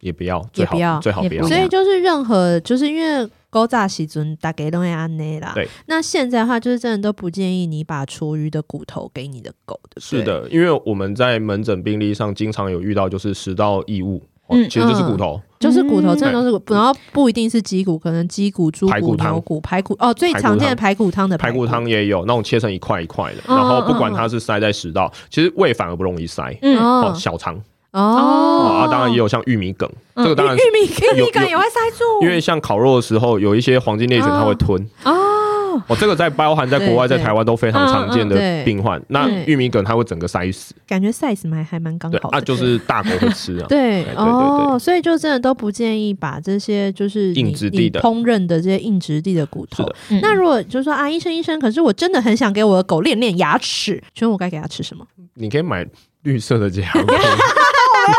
C: 也不要，最
A: 也不要
C: 好最好
B: 也
C: 不
B: 不
C: 要
B: 一
A: 所
B: 样，
A: 以就是任何，就是因为勾炸时尊大概都会安内啦。
C: 对。
A: 那现在的话，就是真的都不建议你把厨余的骨头给你的狗，对不对？
C: 是。的，因为我们在门诊病例上经常有遇到就是食道异物，哦
B: 嗯
C: 其实就是
A: 嗯
C: 骨头，
A: 就是骨头，
B: 嗯
A: 真的都是骨，然后不一定是鸡骨，可能鸡骨、猪
C: 排
A: 骨、
C: 骨汤
A: 牛骨、排骨哦，最常见的排骨汤的
C: 排骨汤也有那种切成一块一块的，
A: 嗯
C: 然后不管
A: 嗯嗯
C: 它是塞在食道，其实胃反而不容易塞，
B: 嗯，
C: 哦，
A: 哦
C: 小肠哦
A: 哦
C: 啊，当然也有像玉米梗，
B: 嗯
C: 这个当然是
A: 玉米
C: 有
B: 玉米梗也会塞住，
A: 嗯
C: 因为像烤肉的时候，有一些黄金猎犬它会吞
B: 哦，
C: 哦，这个在包含在国外
A: 对
C: 在
A: 对
C: 台湾都非常常见
A: 嗯嗯
C: 的病患。那
A: 对
C: 玉米梗它会整个塞死，
A: 感觉 size 蛮还蛮刚
C: 对
A: 好的，
C: 啊，就是大狗会吃啊。
A: 对
C: 对对
A: 哦，所以就真的都不建议把这些就是你
C: 硬质地的
A: 你烹饪的这些硬质地的骨头
C: 是的。
B: 嗯
A: 那如果就说啊，医生医生，可是我真的很想给我的狗练练牙齿，请问我该给它吃什么？
C: 你可以买绿色 的解牙骨，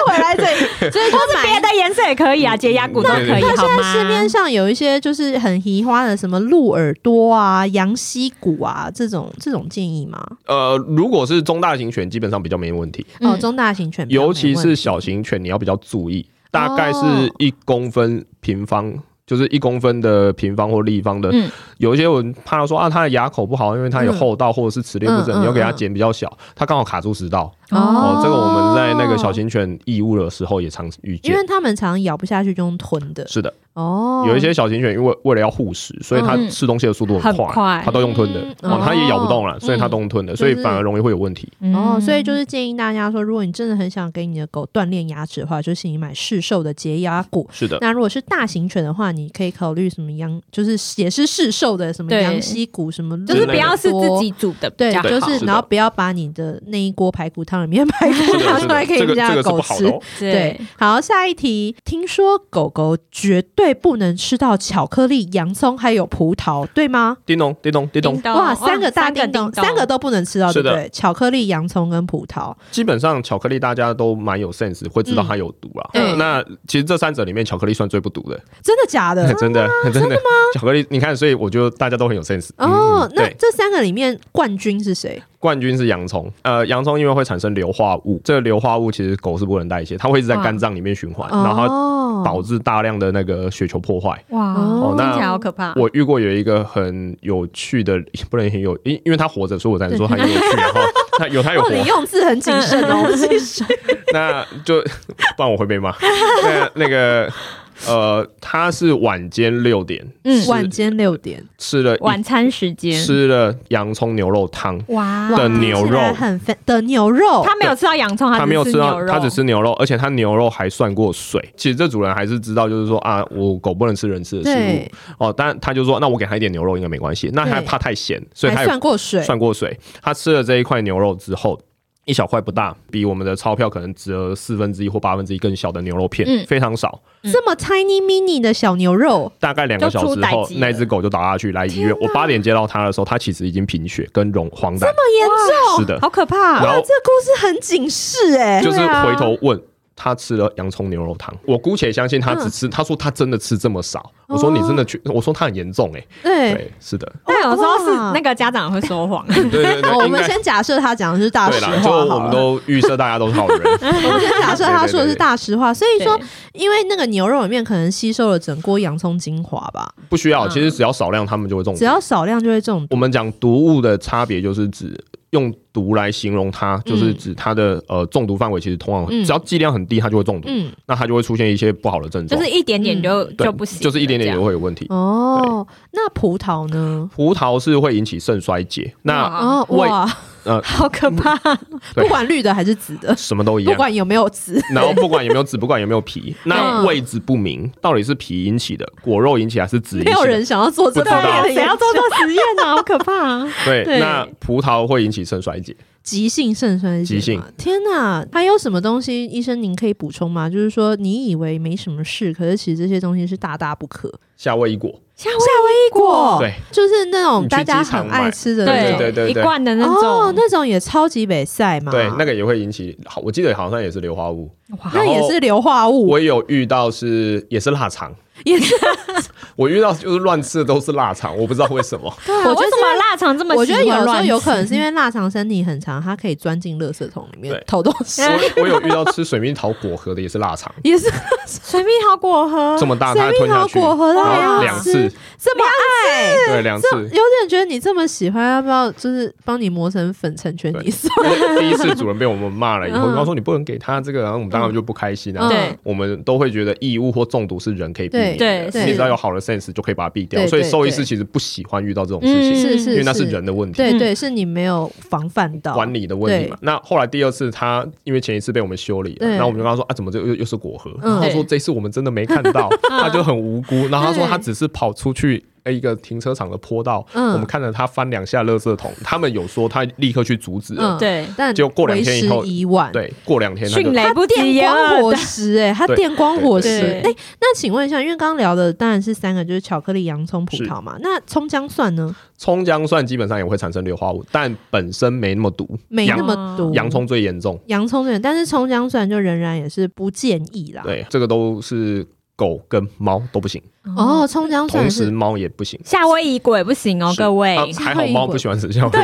A: 回来这 里，所以就
B: 别
A: 买。
B: 的颜色也可以啊，解压骨都可以
C: 嗯对，
B: 好吗？
A: 市面上有一些就是很奇花的，什么鹿耳朵啊、羊膝骨啊这种这种建议吗？
C: 呃，如果是中大型犬，基本上比较没问题，
B: 嗯
A: 哦，中大型犬比较没
C: 尤
A: 问题，哦
C: 其是小型犬，你要比较注意，大概是一公分平方。就是一公分的平方或立方的，
B: 嗯
C: 有一些人怕说啊，它的牙口不好，因为它有
A: 嗯
C: 厚道或者是齿列不整，
A: 嗯嗯
C: 你要给它
A: 嗯
C: 剪比较小，它刚好卡住食道，
A: 哦
C: 哦，这个我们在那个小型犬义务的时候也常遇
A: 因
C: 见
A: 为。他们常咬不下去就用吞的
C: 是的，
A: 哦，
C: 有一些小型犬因为为了要护食，所以它
B: 嗯
C: 吃东西的速度
B: 很
C: 快，
B: 快
C: 它都用吞的
A: 嗯，
C: 哦，它也咬不动了，所以它
A: 嗯
C: 都用吞的，
A: 是
C: 所以反而容易会有问题。
B: 嗯
A: 哦，所以就是是建议大家说，如果你真的很想给你的狗锻炼牙齿的话，就请你买市售的洁牙骨。
C: 是的，
A: 那如果是大型犬的话，你可以考虑什么羊，就是也是市售的什么
B: 对
A: 羊膝骨什么鹿耳
B: 就
A: 朵，
B: 是不要是自己煮的，
A: 对，
C: 对
A: 就是
C: 是的
A: 然后不要把你的那一锅排骨汤里面排骨
C: 是的
A: 拿
C: 是
A: 出
C: 的
A: 来给
C: 这
A: 人
C: 个
A: 家
C: 这个是
A: 狗
C: 不好
A: 吃
C: 的。哦。
A: 对，，好，下一题。听说狗狗绝对不能吃到巧克力、洋葱还有葡萄，对吗？
C: 叮咚叮咚叮
B: 哦
C: 咚，
A: 哇，三个大叮咚，三个
B: 都
A: 都不能吃到，对
C: 是
A: 不
C: 的
A: 对？巧克力、洋葱跟葡萄。
C: 基本上巧克力大家都蛮有 sense，会知道
A: 嗯
C: 它有毒啦。
A: 对
C: 那其实这三者里面，巧克力算最不毒的，
A: 真的假嗯 哦的？
C: 真的真的。巧克力，你看，所以我觉得大家都很有 sense。
A: 哦
C: 嗯，
A: 那
C: 对，
A: 这三个里面冠军是谁？
C: 冠军是洋葱，呃，洋葱因为会产生硫化物，这个硫化物其实狗是不能代谢，它会一直在
B: 哇
C: 肝脏里面循环，然后它
A: 哦，
C: 导致大量的那个雪球破坏。
B: 哇，
A: 哦
C: 那
B: 听起来好可怕。
C: 我遇过有一个很有趣的， 不能很有，因因为他活着，所以我才能说他很有趣。然后他有他有
A: 哦，
C: 嗯活，
A: 你用字很谨 慎哦，我们继续。
C: 那就不然我会被骂。那那个呃，他是晚间六点，
A: 嗯，
C: 是
A: 晚间六点，
C: 吃了一
B: 晚餐时间，
C: 吃了洋葱牛肉汤，
B: 哇
C: 的
A: 哇
C: 牛
A: 听起来
C: 肉
A: 很 fan- 的牛肉，
B: 他没有吃到洋葱，
C: 他没有
B: 只
C: 吃
B: 牛
C: 到，
B: 肉，
C: 他只吃牛肉，而且他牛肉还算过水。其实这主人还是知道，就是说啊，我狗不能吃人吃的食
A: 对，
C: 物哦，但他就说，那我给他一点牛肉应该没关系。那他
A: 对
C: 怕太咸，所以他
A: 还
C: 也
A: 算过水，
C: 算过水。他吃了这一块牛肉之后，一小块不大，比我们的钞票可能只有四分之一或八分之一更小的牛肉片，
B: 嗯
C: 非常少。
A: 这么 tiny mini 的小牛肉，
C: 大概两个小
B: 就出
C: 时
B: 歹
C: 后
B: 疾，了
C: 那只狗就倒下去来医院。我八点接到它的时候，它其实已经贫血跟溶黄疸，
A: 严重，
C: 是的。
B: 好可怕。
C: 然
A: 哇，
C: 后
A: 这个故事很警示哎，
C: 就是
B: 对啊
C: 回头问。他吃了洋葱牛肉汤，
A: 嗯
C: 我姑且相信他只吃。他说他真的吃这么少，我说你真的去，我说他很严重哎、
A: 哦对。
C: 对，是的，
B: 但有时候是
A: 哇
B: 那个家长会说谎，
C: 对对
A: 哦，
C: 对，
A: 我
C: 应
A: 们
C: 该
A: 先假设他讲的是大
C: 对
A: 实
C: 啦，
A: 话
C: 就
A: 好了，
C: 我们都预设大家都是好人，
A: 我们先假设他说的是大实话，所以说
B: 对，
A: 因为那个牛肉里面可能吸收了整锅洋葱精华吧，
C: 不需要。
B: 嗯
C: 其实只要少量，他们就会中
A: 只
C: 毒。
A: 要少量就会中毒。
C: 我们讲毒物的差别，就是指用毒来形容它，就是指它的呃中毒范围，其实通常
A: 嗯
C: 只要剂量很低，它就会中毒，
A: 嗯，
C: 那它就会出现一些不好的症
B: 就
C: 状，
B: 是一点点就
C: 对
B: 就不行了，
C: 嗯就是一点点
B: 这
C: 也
B: 样
C: 会有问题。
A: 哦，那葡萄呢？
C: 葡萄是会引起肾衰竭，那
A: 哦
B: 啊，
C: 胃
A: 哇，
C: 呃
B: 好可怕。
C: 对
A: 不管绿的还是紫的，
C: 什么都一
A: 不
C: 样。
A: 管有没有紫，
C: 然后不管有没有籽，不管有没 有皮，那
A: 嗯
C: 位置不明，到底是皮引起的，果肉引起还是籽引
A: 没有
C: 起的？
A: 人想要做这
C: 不知道
A: 方面的
B: 对，谁
A: 研
B: 要
A: 究
B: 做这实验呢？好可怕啊！
C: 对，
A: 对
C: 那葡萄会引起肾衰竭。
A: 急性肾衰竭嘛。
C: 急性
A: 天哪，还有什么东西，医生您可以补充吗？就是说，你以为没什么事，可是其实这些东西是大大不可。
C: 夏威夷果，
B: 夏威夷
A: 果
C: 对，
A: 就是那种
C: 你去
A: 大家
C: 机场
A: 很爱
C: 买
A: 吃的那
B: 对
A: 种，
C: 对对
B: 一
C: 对
B: 罐的那
A: 哦，
B: 种，
A: 那种也超级北赛嘛。
C: 对，那个也会引起，好，我记得好像也是硫化物。
B: 哇
A: 那也是硫化物，
C: 我也有遇到是也是腊肠，
A: 也是。
C: 我遇到就是乱吃的都是腊肠，我不知道为 什么。
A: 我
B: 我啊为什么腊肠这么
A: 我
B: 喜
A: 觉
B: 欢
A: 得有时候
B: 乱
A: 有
B: 吃
A: 可能是因为腊肠身体很长，它可以钻进垃圾桶里面
C: 对
A: 偷东西，
C: 我我有遇到吃水蜜桃果核的也是腊肠，
A: 也是
B: 水蜜桃果核
C: 这么大它
A: 水
C: 吞
A: 蜜
C: 下
A: 桃
C: 去，
A: 果核它
C: 然后
A: 还要
C: 两
A: 吃
C: 次，，
A: 这么爱。
C: 对，两次。
B: 啊
A: 有点觉得你哎这么喜欢，要不要就是帮你磨成粉，成全你
C: 对？第一次主人被我们骂了以后，
A: 嗯
C: 然后说你不能给他这个，然后我们当然就不开心 啊。
A: 嗯
B: 对
C: 我们都会觉得异物或中毒是人可以避免
B: 对
C: 的，
B: 对
C: 你只要有好的 sense 就可以把它避掉。
A: 对
C: 所以
A: 对
C: 兽医
A: 对
C: 师其实不喜欢遇到这种事情，
B: 嗯
A: 是
C: 因
A: 是，
C: 为那是人的问题。
A: 对
B: 嗯
A: 对，是你没有防范到
C: 管理的问题嘛，那后来第二次他因为前一次被我们修理了，
A: 对
C: 然后我们就跟他说啊，怎么这又又是果核？
A: 嗯
C: 然后他说这次我们真的没看到， 他就很无辜。然后他说
A: 对
C: 他只是跑出去哎一个停车场的坡道，
A: 嗯
C: 我们看着他翻两下垃圾桶，他们有说他立刻去阻止
A: 嗯
C: 了，
B: 对
A: 但
C: 结果过两
A: 为
C: 天以
A: 时
C: 后
A: 已晚。
C: 对，过两天他就
B: 迅雷
A: 它
B: 不及
A: 电
B: 掩
A: 光
B: 耳
A: 火
B: 盗
A: 石、哎，它
C: 对
A: 电光火石。
B: 对
A: 哎、那请问一下，因为刚刚聊的当然是三个，就是巧克力、洋葱、葡
C: 是
A: 萄嘛。那葱姜蒜呢？
C: 葱姜蒜基本上也会产生硫化物，但本身没那么毒。
A: 没那
C: 洋
A: 么毒。
C: 洋葱最严重，
A: 洋葱对，但是葱姜蒜就仍然也是不建议啦。，
C: 对，这个都是狗跟猫都不行，
A: 哦，葱姜蒜
C: 同时
A: 是
C: 猫也不行。
B: 夏威夷果也不行哦，
C: 是
B: 各位，
C: 啊
B: 猫
C: 还好猫不喜欢吃香味。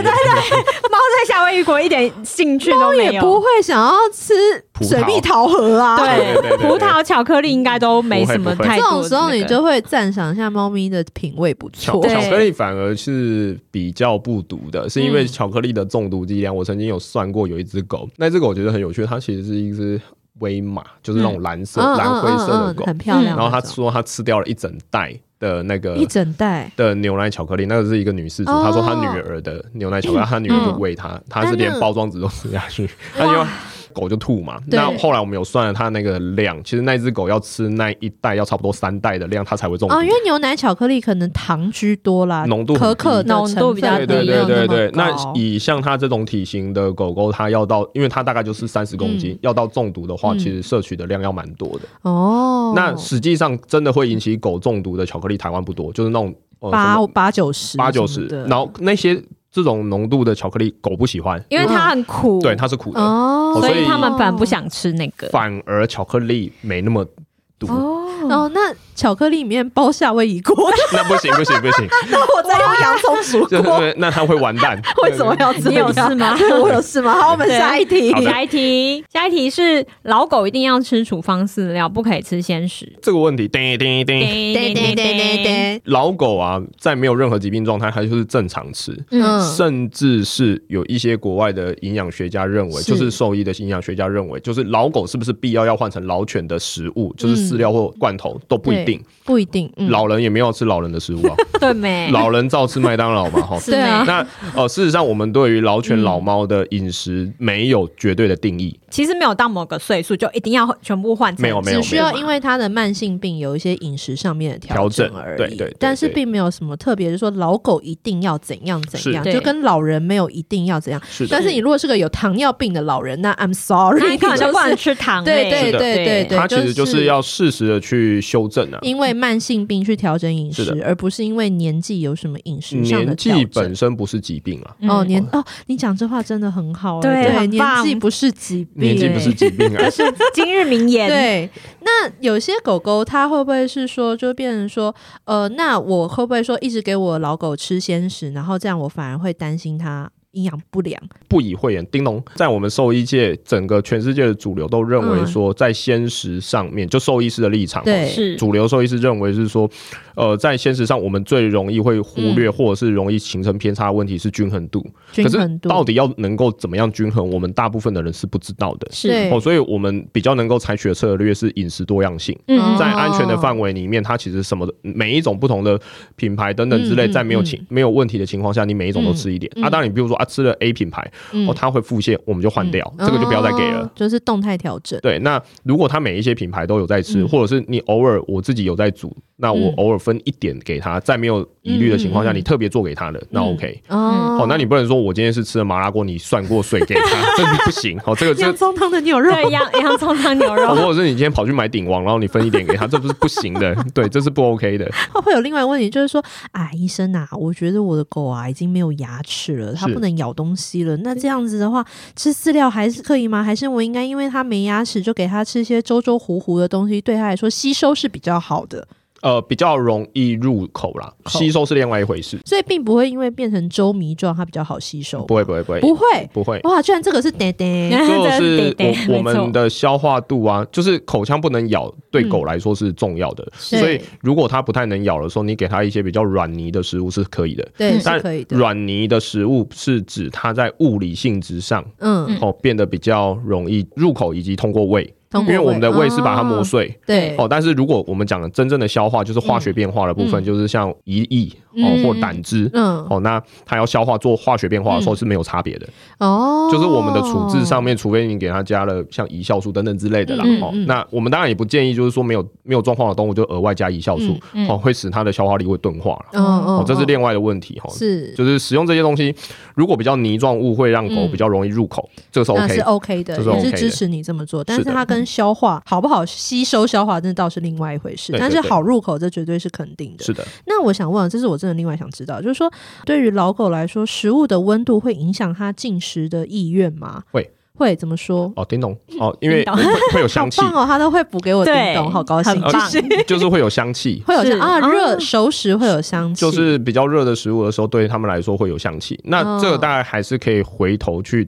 B: 在夏威夷果一点兴趣都没
A: 也不
B: 有，
A: 会想要吃
C: 葡萄
A: 水 蜜桃核啊。
C: 对对对对对
B: 葡萄、巧克力应该都没什么
C: 不会不会
B: 太
A: 这
B: 多
A: 种
B: 的那个。
A: 时候你就会赞赏一下猫咪的品味不
C: 巧
A: 错。
B: 对
C: 巧克力反而是比较不毒的，是因
A: 嗯
C: 为巧克力的中毒剂量，我曾经有算过，有一只狗，那只狗我觉得很有趣，它其实是一只威马，就是那种蓝色、
A: 嗯
C: 蓝灰色的
A: 嗯嗯
C: 狗
A: 嗯，，很漂亮那
C: 然
A: 种。
C: 后它说它吃掉了一整袋的那个
A: 一整袋，
C: 的牛奶巧克力，那个是一个女事主，
A: 哦嗯
C: 她说她女儿的牛奶巧克力，她女儿就喂她，她是连包装纸都吃下去，她因为狗就吐嘛。
A: 对
C: 那后来我们有算了它那个量，其实那只狗要吃那一袋要差不多三袋的量，它才会中毒
A: 哦，。因为牛奶巧克力可能糖居多啦，
C: 浓度很
A: 可可
C: 低
A: 的
B: 浓
A: 成
B: 度比较
A: 分
C: 对对
A: 没
C: 对
A: 有
C: 对
A: 么
C: 对，那
A: 高
C: 以像它这种体型的狗狗，它要到，因为它大概就是三十公斤，要到中毒的话，
A: 嗯
C: 其实摄取的量要蛮多的。
A: 哦，
C: 那实际上真的会引起狗中毒的巧克力，台湾不多，就是那种呃什
A: 八
C: 么
A: 八九十
C: 八九十
A: 什么，的
C: 然后那些这种浓度的巧克力，狗不喜欢，
B: 因为它很苦，
C: 对，它是苦的，
A: 哦，
C: 哦
B: 所
C: 所
B: 以
C: 以
B: 他们反而不想吃那个。
C: 反而巧克力没那么 毒。
B: 哦，
A: 哦，那巧克力里面包夏威夷锅，
C: 那不行不行不行，
A: 那我再用洋葱煮
C: 就
A: 锅，
C: 是 那它会完蛋。
A: 为什么要这
B: 你
A: 样？
B: 有事吗
A: 我有事吗？好，我们
B: 对
A: 下一题
C: 好。的
B: 下一题，下一题是老狗一定要吃处方饲料，不可以吃鲜食。
C: 这个问题？叮叮叮。
B: 对
A: 对对对对，对，
C: 老狗啊，在没有任何疾病状态，它就是正常吃。
A: 嗯，
C: 甚至是有一些国外的营养学家认为，
A: 是
C: 就是兽医的营养学家认为，就是老狗是不是必要要换成老犬的食物，就是饲料或罐头都不一定。
A: 不一定。嗯、
C: 老人也没有吃老人的食物啊，
B: 对没？
C: 老人照吃麦当劳嘛，哈。
B: 是
A: 对啊
B: 没
C: 那呃，事实上，我们对于老
A: 嗯
C: 犬、老猫的饮食没有绝对的定义，
B: 其实没有到某个岁数就一定要全部换成
C: 没有没有
A: 只需要
B: 没有
A: 因为它的慢性病有一些饮食上面的
C: 调
A: 整
C: 整
A: 而已，
C: 对对对
A: 但是
C: 对
A: 并没有什么特别，就是说老狗一定要怎样怎样，
B: 是
A: 就跟老人没有一定要怎样。
C: 是的
A: 但。是你如果是个有糖尿病的老人，那 I'm
B: 那
A: sorry，
B: 你根本就不能
A: 是
B: 吃糖
A: 对
B: 类。
A: 对
C: 是的
A: 对对对，
C: 它其实就是要适时的去修正啊。
A: 因为慢性病去调整饮
C: 是
A: 食，
C: 的
A: 而不是因为年纪有什么饮食上的
C: 年
A: 调
C: 纪
A: 整
C: 本。身不是疾病啊，
B: 嗯
A: 哦，年哦，你讲这话真的很好、欸，
B: 对很
A: 年
B: 棒
A: 纪不是疾病、
C: 年纪
A: 欸
C: 不是疾 病啊。
B: 哦今日名言，
A: 对，那有些狗狗它会不会是说，就变成说，呃，那我会不会说一直给我老狗吃鲜食，然后这样我反而会担心它营养不良？
C: 不以讳言，叮咚，在我们兽医界，整个全世界的主流都认为说，在鲜食上面，就兽医师的立场，
A: 对
B: 是
C: 主流兽医师认为是说，呃，在鲜食上，我们最容易会忽
A: 嗯
C: 略或者是容易形成偏差的问题是均衡度。
A: 均
C: 可是
A: 衡度
C: 到底要能够怎么样均衡，我们大部分的人是不知道的。
A: 对
C: 哦，所以我们比较能够采取的策略是饮食多样性。
A: 嗯
C: 在安全的范围里面，它其实什么的每一种不同的品牌等等之类，
A: 嗯嗯
C: 在没有情、没有问题的情况下，你每一种都吃一点。
A: 嗯嗯
C: 啊，当然你比如说啊，吃了 A 品牌，
A: 嗯
C: 哦，它会腹泻，我们就换掉，这个就不要再给了。
A: 哦就是动态调整。
C: 对，那如果它每一些品牌都有在吃，
A: 嗯
C: 或者是你偶尔我自己有在煮，那我
A: 嗯
C: 偶尔分一点给他，在没有疑虑的情况
A: 嗯
C: 下，
A: 嗯嗯
C: 你特别做给他的，那 OK。
A: 哦
C: 哦，那你不能说我今天是吃了麻辣锅，你涮过水给他， 这是不行。哦，这个这
A: 洋葱汤的牛肉，
B: 对洋洋葱汤牛
C: 哦
B: 肉，
C: 或者是你今天跑去买鼎王，然后你分一点给他，这不是不行 的，对，这是不 OK 的。
A: 会会有另外一个问题，就是说啊，医生啊，我觉得我的狗啊已经没有牙齿了，它
C: 是
A: 不能咬东西了。那这样子的话，吃饲料还是可以吗？还是我应该因为它没牙齿，就给它吃一些粥粥糊糊的东西，对它来说吸收是比较好的？
C: 呃，比较容易入口啦，
A: 口
C: 吸收是另外一回事。
A: 所以并不会因为变成粥糜状，它比较好吸收。
C: 不会，不会，不会，
A: 不会。
C: 不会。
A: 哇，居然这个是爹 爹，
C: 就
B: 这
C: 是
B: 得得
C: 我我
B: 没错
C: 们的消化度啊，就是口腔不能咬，对狗来说是重要的。
A: 是
C: 所以如果它不太能咬的时候，你给它一些比较软泥的食物是可以的。
A: 对，
B: 嗯
A: 是
C: 但
A: 可以的。
C: 软泥的食物是指它在物理性质上
A: 嗯，
B: 嗯
C: 哦变得比较容易入口以及通过胃，
A: 通
C: 因
A: 过
C: 为我们的胃是把它磨
A: 哦
C: 碎。
A: 嗯对
C: 哦，但是如果我们讲真正的消化，就是化学变化的部
A: 嗯
C: 分，就是像胰液哦
A: 嗯
C: 或胆汁，
A: 嗯
C: 哦，那它要消化做化学变化的时候是没有差别的，
A: 哦，
C: 就是我们的处置上面，除非你给它加了像胰酵素等等之类的啦。
B: 嗯
C: 哦
A: 嗯，
C: 那我们当然也不建议，就是说没有没有状况的动物就额外加胰酵素，
B: 嗯嗯
C: 哦，会使它的消化力会钝化了。
A: 嗯，嗯
C: 哦
A: 嗯，
C: 这是另外的问题哈。哦
A: 是
C: 就是使用这些东西，如果比较泥状物会让狗
A: 嗯
C: 比较容易入口，这个是
A: 那
C: OK
A: 是哦
C: 的。
A: OK 的，
C: 这是
A: 也
C: OK
A: 是
C: 的
A: 支持你这么做。但是
C: 是的
A: 它跟消化好不好吸收消化，那倒是另外一回事。
C: 对对
A: 但是
C: 对
A: 好入口，这绝对是肯定的。
C: 是的，
A: 那我想问，这是我真的另外想知道，就是说，对于老狗来说，食物的温度会影响它进食的意愿吗？
C: 会，
A: 会怎么说？
C: 哦，叮咚，哦，因为
B: 叮
C: 会会有
A: 好
C: 香气，
A: 棒哦，它都会补给我叮
B: 对
A: 咚，好高兴，
B: 很
A: 就
B: 棒
A: 是
C: 就是会有香气。
A: 会有
B: 是
A: 香啊，
B: 啊
A: 热熟食会有香气，
C: 就是比较热的食物的时候，对他们来说会有香气。
A: 嗯
C: 那这个大概还是可以回头去，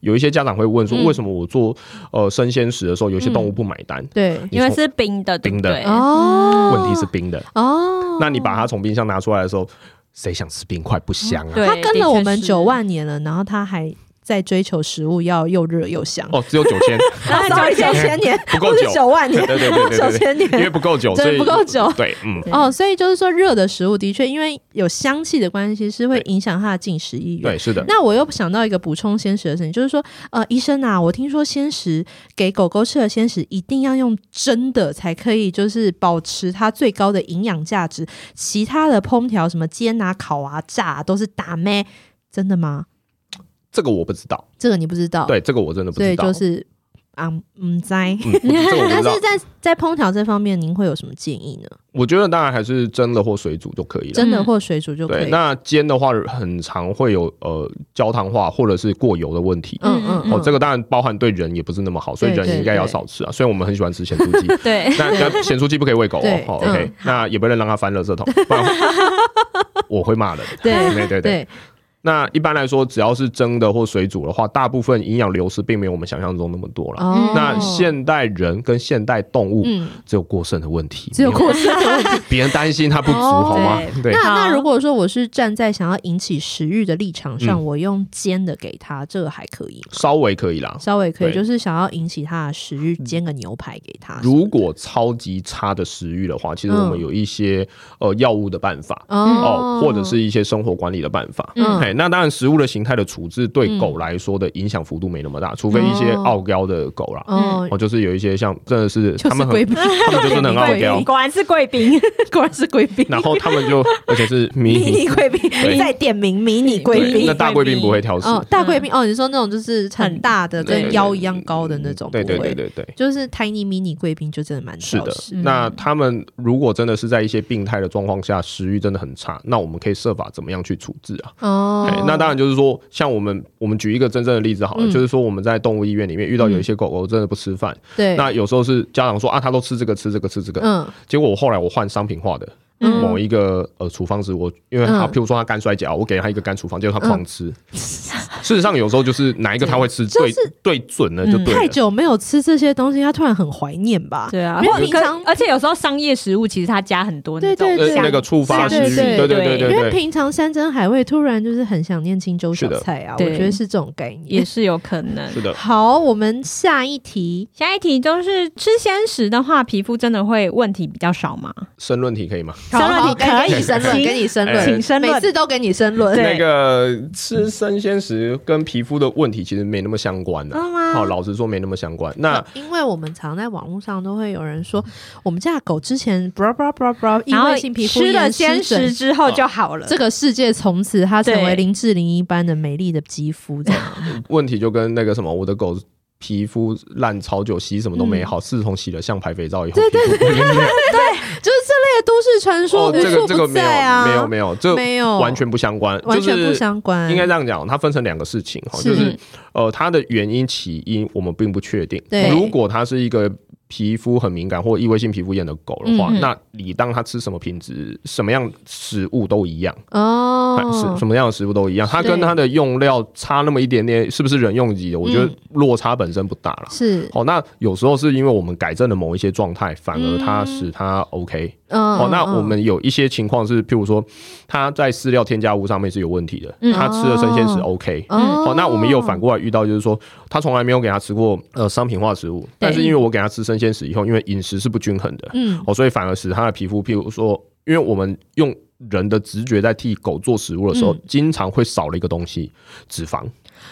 C: 有一些家长会问说，
A: 嗯
C: 为什么我做呃生鲜食的时候，有些动物不买单？
A: 对
C: 你
B: 因为
C: 从
B: 是冰的，对不
C: 冰的
B: 对
A: 哦，
C: 问题是冰的，
A: 哦，
C: 那你把它从冰箱拿出来的时候，谁想吃冰块不香啊？
B: 对，
A: 它跟了我们
B: 的确是
A: 九，万年了，然后它还在追求食物要又热又香。
C: 哦，只有九 千，
A: 啊，sorry，九千年
C: 不够
A: 不是
C: 久
A: 九万年
C: 对，对对 对
A: 九
C: 对对，
A: 千
C: 因为
A: 年。
C: 不够久，
A: 真
C: 所
A: 的
C: 以
A: 不够久
C: 对，嗯，
A: 哦，所以就是说，热的食物的确因为有香气的关系，是会影响它的进食意愿。
C: 对，是的，
A: 那我又想到一个补充鲜食的事情，就是说，呃，医生啊，我听说鲜食给狗狗吃的鲜食一定要用蒸的才可以，就是保持它最高的营养价值，其他的烹调什么煎啊、烤啊、炸啊都是打咩，真的吗？
C: 这个我不知道，
A: 这个你不知道，
C: 对，这个我真的不
A: 所
C: 知
A: 以
C: 道
A: 哦就。是啊，嗯，在。
C: 嗯，这个我不
A: 但
C: 知道
A: 是。在在烹调这方面，您会有什么建议呢？
C: 我觉得当然还是蒸的或水煮就可以了。
A: 真的或水煮就可
C: 嗯对，
A: 以。
C: 那煎的话很常会有呃焦糖化或者是过油的问题。
A: 嗯嗯嗯，
C: 哦，这个当然包含对人也不是那么好，所以
A: 对
C: 人
A: 对
C: 应该要少吃啊。虽然我们很喜欢吃咸酥 鸡，
B: 对，
C: 那那咸酥鸡不可以喂狗哦
A: 对。
C: 好
A: 嗯
C: ，OK，那也不能让它翻垃圾桶，不然我会骂人。
A: 对
C: 对对对，
A: 对，
C: 那一般来说，只要是蒸的或水煮的话，大部分营养流失并没有我们想象中那么多了。
A: 哦
C: 那现代人跟现代动物
A: 嗯，
C: 只有过剩的问题，
A: 只有过剩。
C: 别人担心它不足，
A: 哦
C: 好吗？对
A: 那
B: 好
A: 那如果说我是站在想要引起食欲的立场上，
C: 嗯
A: 我用煎的给他，这个还可以吗，
C: 稍微可以啦。
A: 稍微可以，
C: 哦对
A: 就是想要引起他的食欲，煎个牛排给他。
C: 如果超级差的食欲的话，其实我们
A: 嗯
C: 有一些、呃药物的办法哦，或者是一些生活管理的办法。
A: 嗯
C: 嘿，那当然，食物的形态的处置对
A: 嗯
C: 狗来说的影响幅度没那么大，除非一些
A: 哦
C: 傲娇的狗啦，
A: 哦，
C: 哦，就是有一些像真的是
A: 就
C: 他
A: 是
C: 们
A: 贵
C: 很，
A: 宾，
C: 他们就真的很傲
A: 贵
C: 娇
A: 宾，
B: 果然是贵宾，
A: 果然是贵宾，
C: 然后他 们就而且是迷
A: 迷你
C: 你
A: 贵宾，
C: 对
A: 再点名迷你贵
C: 对，
A: 宾
C: 那。大贵宾不会挑食，
A: 哦，大贵宾哦，你说那种就是很大的，
C: 对嗯
A: 跟腰一样高的那种，
C: 对对
A: 不会
C: 对对对。
A: 就是 tiny mini 贵宾就真的蛮
C: 是
A: 挑
C: 的，
A: 食。
C: 那他们如果真的是在一些病态的状况下，食欲真的很差，那我们可以设法怎么样去处置啊？
A: 哦
C: 哎，那当然就是说，像我们我们举一个真正的例子好了，
A: 嗯
C: 就是说我们在动物医院里面遇到有一些狗狗真的不吃饭，
A: 对，
C: 那有时候是家长说啊，它都吃这个吃这个吃这个，
A: 嗯
C: 结果我后来我换商品化的
A: 嗯
C: 某一个呃处方子，我因为它
A: 嗯
C: 譬如说它肝衰竭啊，我给它一个肝处方，结果
A: 嗯
C: 它狂吃。事实上有时候就是哪一个它会吃
A: 就
C: 最
A: 是嗯
C: 最准了就对
A: 太
C: 了。
A: 久没有吃这些东西，他突然很怀念吧？
B: 对啊，
A: 没有
B: 或者
A: 平常
B: 可而且有时候商业食物其实它加很多那种
A: 对
C: 呃
A: 对，
C: 那个触发食
A: 对
C: 欲，
A: 对
C: 对对对
A: 因为
C: 对对，
A: 平常山珍海味，突然就是很想念青州小
C: 是的
A: 菜啊，我
B: 对
A: 觉得是这种概念。
B: 也是有可能。
C: 是的，
A: 好，我们下一题。
B: 下一题就是吃鲜食的话，皮肤真的会问题比较少吗？
C: 申论题可以吗？
B: 申论
A: 好好
B: 题可以
A: 给你申论，
B: 请
A: 给你申论，
B: 请申论
A: 每次都给你申论。
B: 对
C: 那个吃生鲜食跟皮肤的问题其实没那么相关啊的、
A: 哦
B: 真的吗
C: 好，老实说没那么相关。那嗯
A: 因为我们常在网络上都会有人说，我们家的狗之前 bra bra bra bra，因
B: 然后
A: 为性皮肤
B: 吃了
A: 炎
B: 鲜
A: 湿疹
B: 食之后就好了。
A: 这个世界从此它成为
B: 对
A: 林志玲一般的美丽的肌肤，这 样
C: 问题就跟那个什么，我的狗皮肤烂超久，洗什么都没
A: 嗯
C: 好，自从洗了象牌肥皂以后，对对对，
A: 就是这类的都市传说
C: 哦，
A: 无
C: 这个
A: 处
C: 这个
A: 不
C: 没有
A: 在啊，
C: 没有没有，这
A: 没有
C: 完全不相关，
A: 完全
C: 就
A: 不
C: 是
A: 相关，
C: 应该这样讲，它分成两个事情哈，
A: 是
C: 就是呃，它的原因起因我们并不确定。
A: 对
C: 如果它是一个皮肤很敏感或异位性皮肤炎的狗的话，
B: 嗯嗯
C: 那理当它吃什么品质、什么样食物都一样，哎
A: 哦
C: 是，什么样的食物都一样。它
A: 是
C: 跟它的用料差那么一点点，是不是人用级的？我觉得
A: 嗯
C: 落差本身不大啦。
A: 是
C: 哦，那有时候是因为我们改正了某一些状态，反而它
A: 嗯
C: 使它 OK、
A: 嗯，
C: 哦，那
A: 嗯
C: 我们有一些情况是，譬如说，它在饲料添加物上面是有问题的，
B: 嗯
C: 它吃了生鲜食 OK。
A: 哦
C: 哦，那我们也有反过来遇到，就是说，它从来没有给它吃过呃商品化食物，但是因为我给它吃生鲜食以后，因为饮食是不均衡的，
A: 嗯
C: 哦，所以反而使它的皮肤，譬如说，因为我们用人的直觉在替狗做食物的时候，
A: 嗯
C: 经常会少了一个东西——脂肪。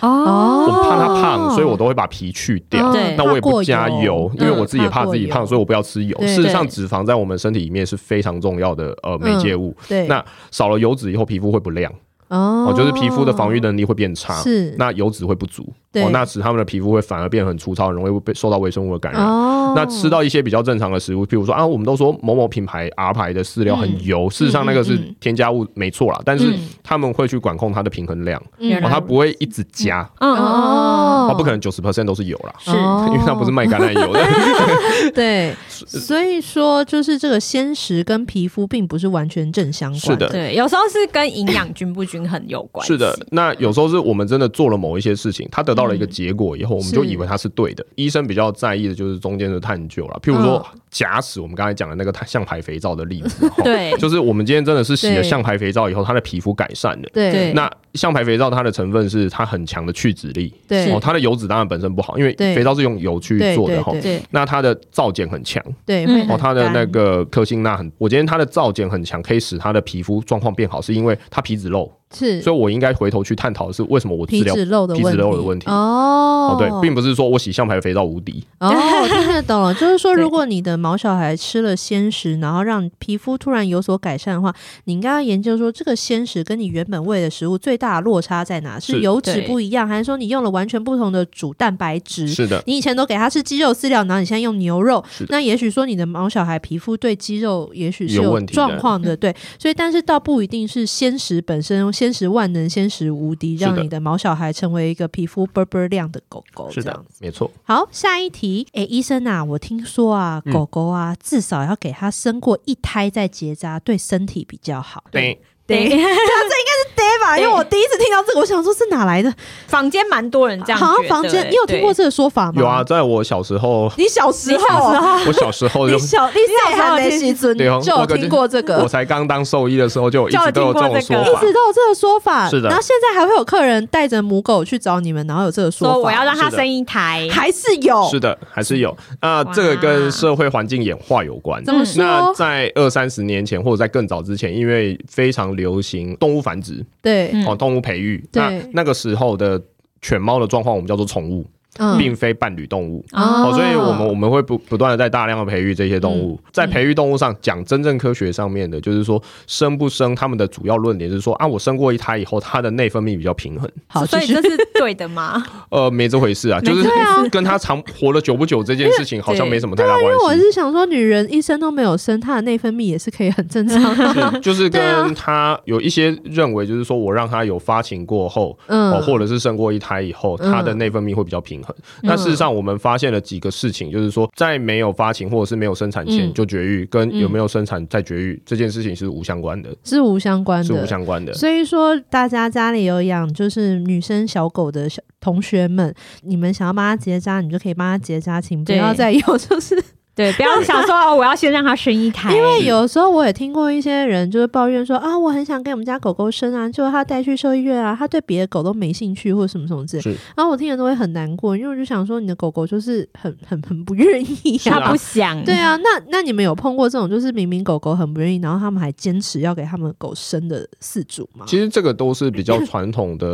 A: 哦
C: 我怕它胖，所以我都会把皮去掉。
A: 嗯
B: 对
C: 那我也不加
A: 怕过
C: 油，因为我自己也怕自己
A: 嗯怕过
C: 胖，
A: 油
C: 所以我不要吃油。
A: 对嗯
C: 事实上，
B: 对
C: 脂肪在我们身体里面是非常重要的呃媒介物。
A: 对，
C: 那少了油脂以后，皮肤会不亮，
A: 哦
C: 哦，就是皮肤的防御能力会变差，
A: 是
C: 那油脂会不足，
A: 对
C: 哦，那使他们的皮肤会反而变得很粗糙，很容易会被受到微生物的感染。
A: 哦，
C: 那吃到一些比较正常的食物，譬如说啊，我们都说某某品牌 R 牌的饲料很油，事实上那个是
A: 嗯嗯
C: 添加物没错啦，但是
A: 嗯
C: 他们会去管控它的平衡量，
A: 原
C: 哦，
A: 来
C: 它不会一直加，
B: 嗯
A: 哦
C: 哦，不可能九十 percent 都是油啦，
B: 是
C: 因为它不是卖橄 榄油的，
A: 对，
C: 呃
A: 所以说就是这个鲜食跟皮肤并不是完全正相关，
C: 是的
B: 对，有时候是跟营养均不均衡有关系。
C: 是的。那有时候是我们真的做了某一些事情，它得到了一
A: 嗯
C: 个结果以后，我们就是以为它是对的。医生比较在意的就是中间的探究了，譬如说
A: 嗯
C: 假使我们刚才讲的那个象牌肥皂的 例子，哈
B: 对
C: 就是我们今天真的是洗
A: 对
C: 了象牌肥皂以后，它的皮肤改善了。
A: 对
B: 对
C: 那象牌肥皂它的成分是它很强的去脂力，
A: 对
C: 哦，它的油脂当然本身不好，因为
A: 对
C: 肥皂是用油去
A: 对
C: 做
A: 对
C: 的哈。
A: 对
B: 对
C: 那它的皂碱很强，
A: 对，
B: 嗯
A: 会很
C: 哦，它的
A: 干
C: 那个科辛钠很，我今天它的皂碱很强，可以使它的皮肤状况变好，是因为它皮脂漏，
A: 是
C: 所以我应该回头去探讨的是为什么我
A: 皮
C: 治疗
A: 脂漏的
C: 皮
A: 问
C: 脂
A: 题
C: 漏的问题。
A: 哦
C: 哦，对，并不是说我洗象牌肥皂无敌，
A: 哦，我听得懂 了，就是说，
B: 对
A: 如果你的毛小孩吃了鲜食，然后让皮肤突然有所改善的话，你应该要研究说，这个鲜食跟你原本喂的食物最大的落差在哪？是
C: 是
A: 油脂
B: 对
A: 不一样，还是说你用了完全不同的主蛋白质？
C: 是的，
A: 你以前都给他吃鸡肉饲料，然后你现在用牛肉
C: 是，的
A: 那也许说你的毛小孩皮肤对鸡肉也许是
C: 有
A: 有
C: 问题的
A: 状况的，对，所以但是倒不一定是鲜食本身，鲜食万能，鲜食无敌，
C: 是的
A: 让你的毛小孩成为一个皮肤啵啵亮的狗狗，这样。，
C: 没错，
A: 好，下一题。诶，医生啊，我听说啊，
C: 嗯
A: 狗狗啊，至少要给它生过一胎再结扎，对身体比较好。
C: 对，
A: 对啊，这应该是 day 吧？因为我第一次听到这个，我想说，是哪来的？
B: 房间蛮多人这样觉得，
A: 好像房间，你有听过
B: 对？
A: 这个说法吗？
C: 有啊，，在我小时候，
A: 你小时候啊，
C: 我小时候就
A: 你小你小时候没吸尊
C: 对哦
A: 就有
C: 我
A: 听过这个
C: 我。才刚当兽医的时候，就一直都有这种
B: 就
C: 说
B: 有
A: 一
B: 听
C: 法
A: 直。都有这个说法，
C: 是的
A: 然后现在还会有客人带着母狗去找你们，然后有这个说法，
B: 说我要让它
C: 是的
B: 生一台，
A: 还是有
C: 是的，还是有。那这个跟社会环境演化有
A: 嗯
C: 关。
A: 怎么说？
C: 那在二三十年前，或者在更早之前，因为非常流行动物繁殖
A: 对，
B: 嗯
C: 哦，动物培育。
A: 对
C: 那那个时候的犬猫的状况，我们叫做宠物，
A: 嗯，
C: 并非伴侣动物。
A: 哦嗯
C: 哦，所以我们我们会不不断的在大量的培育这些动物，在培育动物上讲真正科学上面的，就是说生不生，他们的主要论点是说啊，我生过一胎以后，它的内分泌比较平衡。
A: 好，
B: 所以
A: 继续
B: 这是对的 吗？
C: 呃，没这回事啊，就是
B: 没这回
C: 跟他长活了久不久这件事情好像没什么太大
A: 因为我
C: 关系。
A: 是想说，女人一生都没有生，她的内分泌也是可以很正 常的。
C: 是就是
A: 对啊
C: 跟他有一些认为，就是说我让他有发情过后，
A: 嗯
C: 哦，，或者是生过一胎以后，
A: 嗯
C: 它的内分泌会比较平衡。那事实上，我们发现了几个事情，就是说，在没有发情或者是没有生产前
A: 嗯
C: 就绝育，跟
A: 嗯
C: 有没有生产再绝育这件事情是无相关的，
A: 是无相关
C: 是
A: 嗯
C: 无
A: 的。
C: 相关的。
A: 所以说，大家家里有养就是女生小狗的小同学们，你们想要帮她结扎，你就可以帮她结扎，请不
B: 对
A: 要再有就是
B: 对，不要想说哦，我要先让它生一台，
A: 因为
C: 是
A: 有时候我也听过一些人就是抱怨说啊，我很想给我们家狗狗生啊，就他带去兽医院啊，他对别的狗都没兴趣或什么什么之类
C: 是。
A: 然后我听了都会很难过，因为我就想说你的狗狗就是很 很很不愿意
C: 是
A: 啊。
C: 啊
B: 它不想。
A: 对啊，那那你们有碰过这种就是明明狗狗很不愿意，然后他们还坚持要给他们狗生的饲主吗？
C: 其实这个都是比较传统的。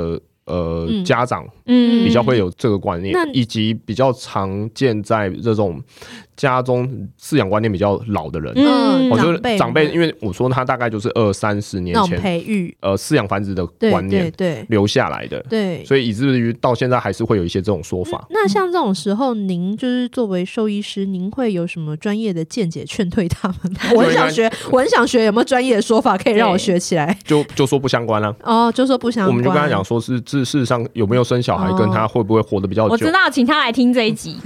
C: 呃
A: 嗯，
C: 家长
B: 嗯，嗯
C: 比较会有这个观念
A: 那，
C: 以及比较常见在这种家中饲养观念比较老的人，
A: 嗯
B: 嗯，
C: 我
A: 长
C: 觉
A: 辈
C: 得长辈，因为我说他大概就是二三十年
A: 那种
C: 前，
A: 培育，
C: 呃，饲养繁殖的
A: 对
C: 观
A: 对
C: 念
A: 对
C: 留下来的，
A: 对。嗯
C: 所以以至于到现在还是会有一些这种说法。
A: 那像这种时候，您就是作为兽医师，您会有什么专业的见解劝退他们吗？ 我很想学，我很想学，有没有专业的说法可以让我学起来？
C: 就就说不相关啦、
A: 哦，就说不想，
C: 我们就跟他讲，说是，事事实上有没有生小孩，
A: 哦
C: 跟他会不会活得比较
B: 我
C: 久
B: 知，道，请他来听这一集。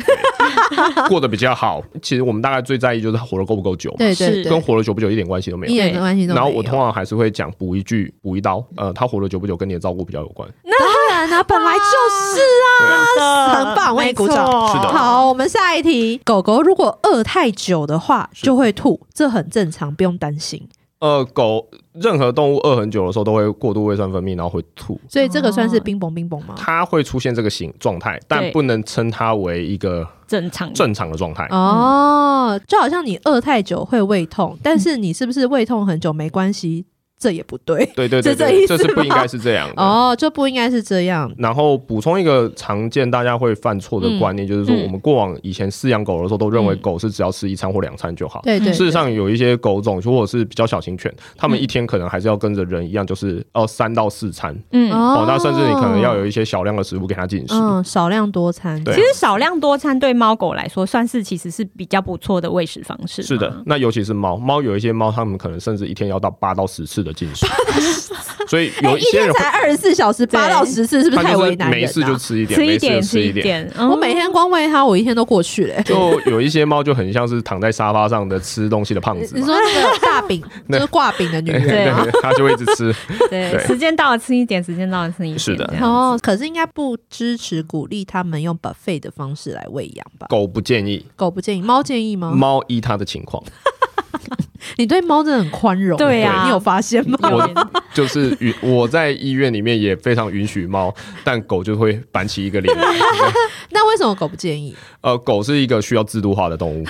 C: 过得比较好。其实我们大概最在意就是他活得够不够久嘛，
A: 对对
B: 是
A: 对
C: 跟，活得久不久一点关系都没
A: 一
C: 有。
A: 点关系都没有。
C: 然后我通常还是会讲补一句补一刀，呃，他活得久不久跟你的照顾比较有关。
A: 当然啦，啊本来就是啊，很棒，为你鼓掌。
B: 没错
C: 是的
A: 好，我们下一题，狗狗如果饿太久的话
C: 是
A: 就会吐，这很正常，不用担心。
C: 呃，狗任何动物饿很久的时候都会过度胃酸分泌，然后会吐，
A: 所以这个算是
B: 哦
A: 冰崩冰崩吗？
C: 它会出现这个形状态，但
B: 对
C: 不能称它为一个
B: 正常
C: 正常的状态。
A: 哦，就好像你饿太久会胃痛，但是你是不是胃痛很久没关系，这也不对。
C: 对对对
A: 是这
C: 对，
A: 意思
C: 这是不
A: 吗
C: 应该是这样的。
A: 哦，就不应该是这样。
C: 然后补充一个常见大家会犯错的观念，就是说
B: 嗯
C: 我们过往以前饲养狗的时候，都认为
B: 嗯
C: 狗是只要吃一餐或两餐就好。
A: 对对对，
C: 嗯事实上，有一些狗种或者是比较小型犬，它们
B: 嗯
C: 一天可能还是要跟着人一样，就是要三到四餐
B: 嗯，
A: 哦
C: 哦。那甚至你可能要有一些少量的食物给它进食。
A: 嗯少量多餐。
C: 对啊
B: 其实少量多餐对猫狗来说，算是其实是比较不错的喂食方式。
C: 是的，，那尤其是猫，猫有一些猫，它们可能甚至一天要到八到十次的进食，所以有
A: 哎，
C: 一
A: 一
C: 些
A: 天
C: 人会
A: 才二十四小时，八
B: 对
A: 到十次，是不是
C: 它
A: 太
C: 就
A: 为
C: 是
A: 难
C: 没
A: 人啊
C: 事
A: 了、
C: 就吃一点，
B: 吃一
C: 没事就
B: 点
C: 吃
B: 一
C: 一点。
B: 点。嗯
A: 我每天光喂它，我一天都过去了、欸
C: 就有一些猫就很像是躺在沙发上的吃东西的胖子
A: 你
C: 嘛，
A: 说那个大 饼，
C: 那
A: 就是挂饼的女
B: 对
A: 人吗。
B: 啊
C: 对，它就会一直吃。
B: 对
C: 对
B: 时间到了吃一点，时间到了吃一点。
C: 是的
B: 这样
A: 哦，可是应该不支持鼓励他们用 buffet 的方式来喂养吧？
C: 狗不建议，
A: 狗不建议，猫建议吗？
C: 猫依它的情况，
A: 你对猫真的很宽容、欸
B: 对啊
A: 你有发现吗？
C: 我
B: 有点
C: 就是允我在医院里面也非常允许猫，但狗就会板起一个脸来。对
A: 那为什么狗不建议？
C: 呃，狗是一个需要制度化的动物，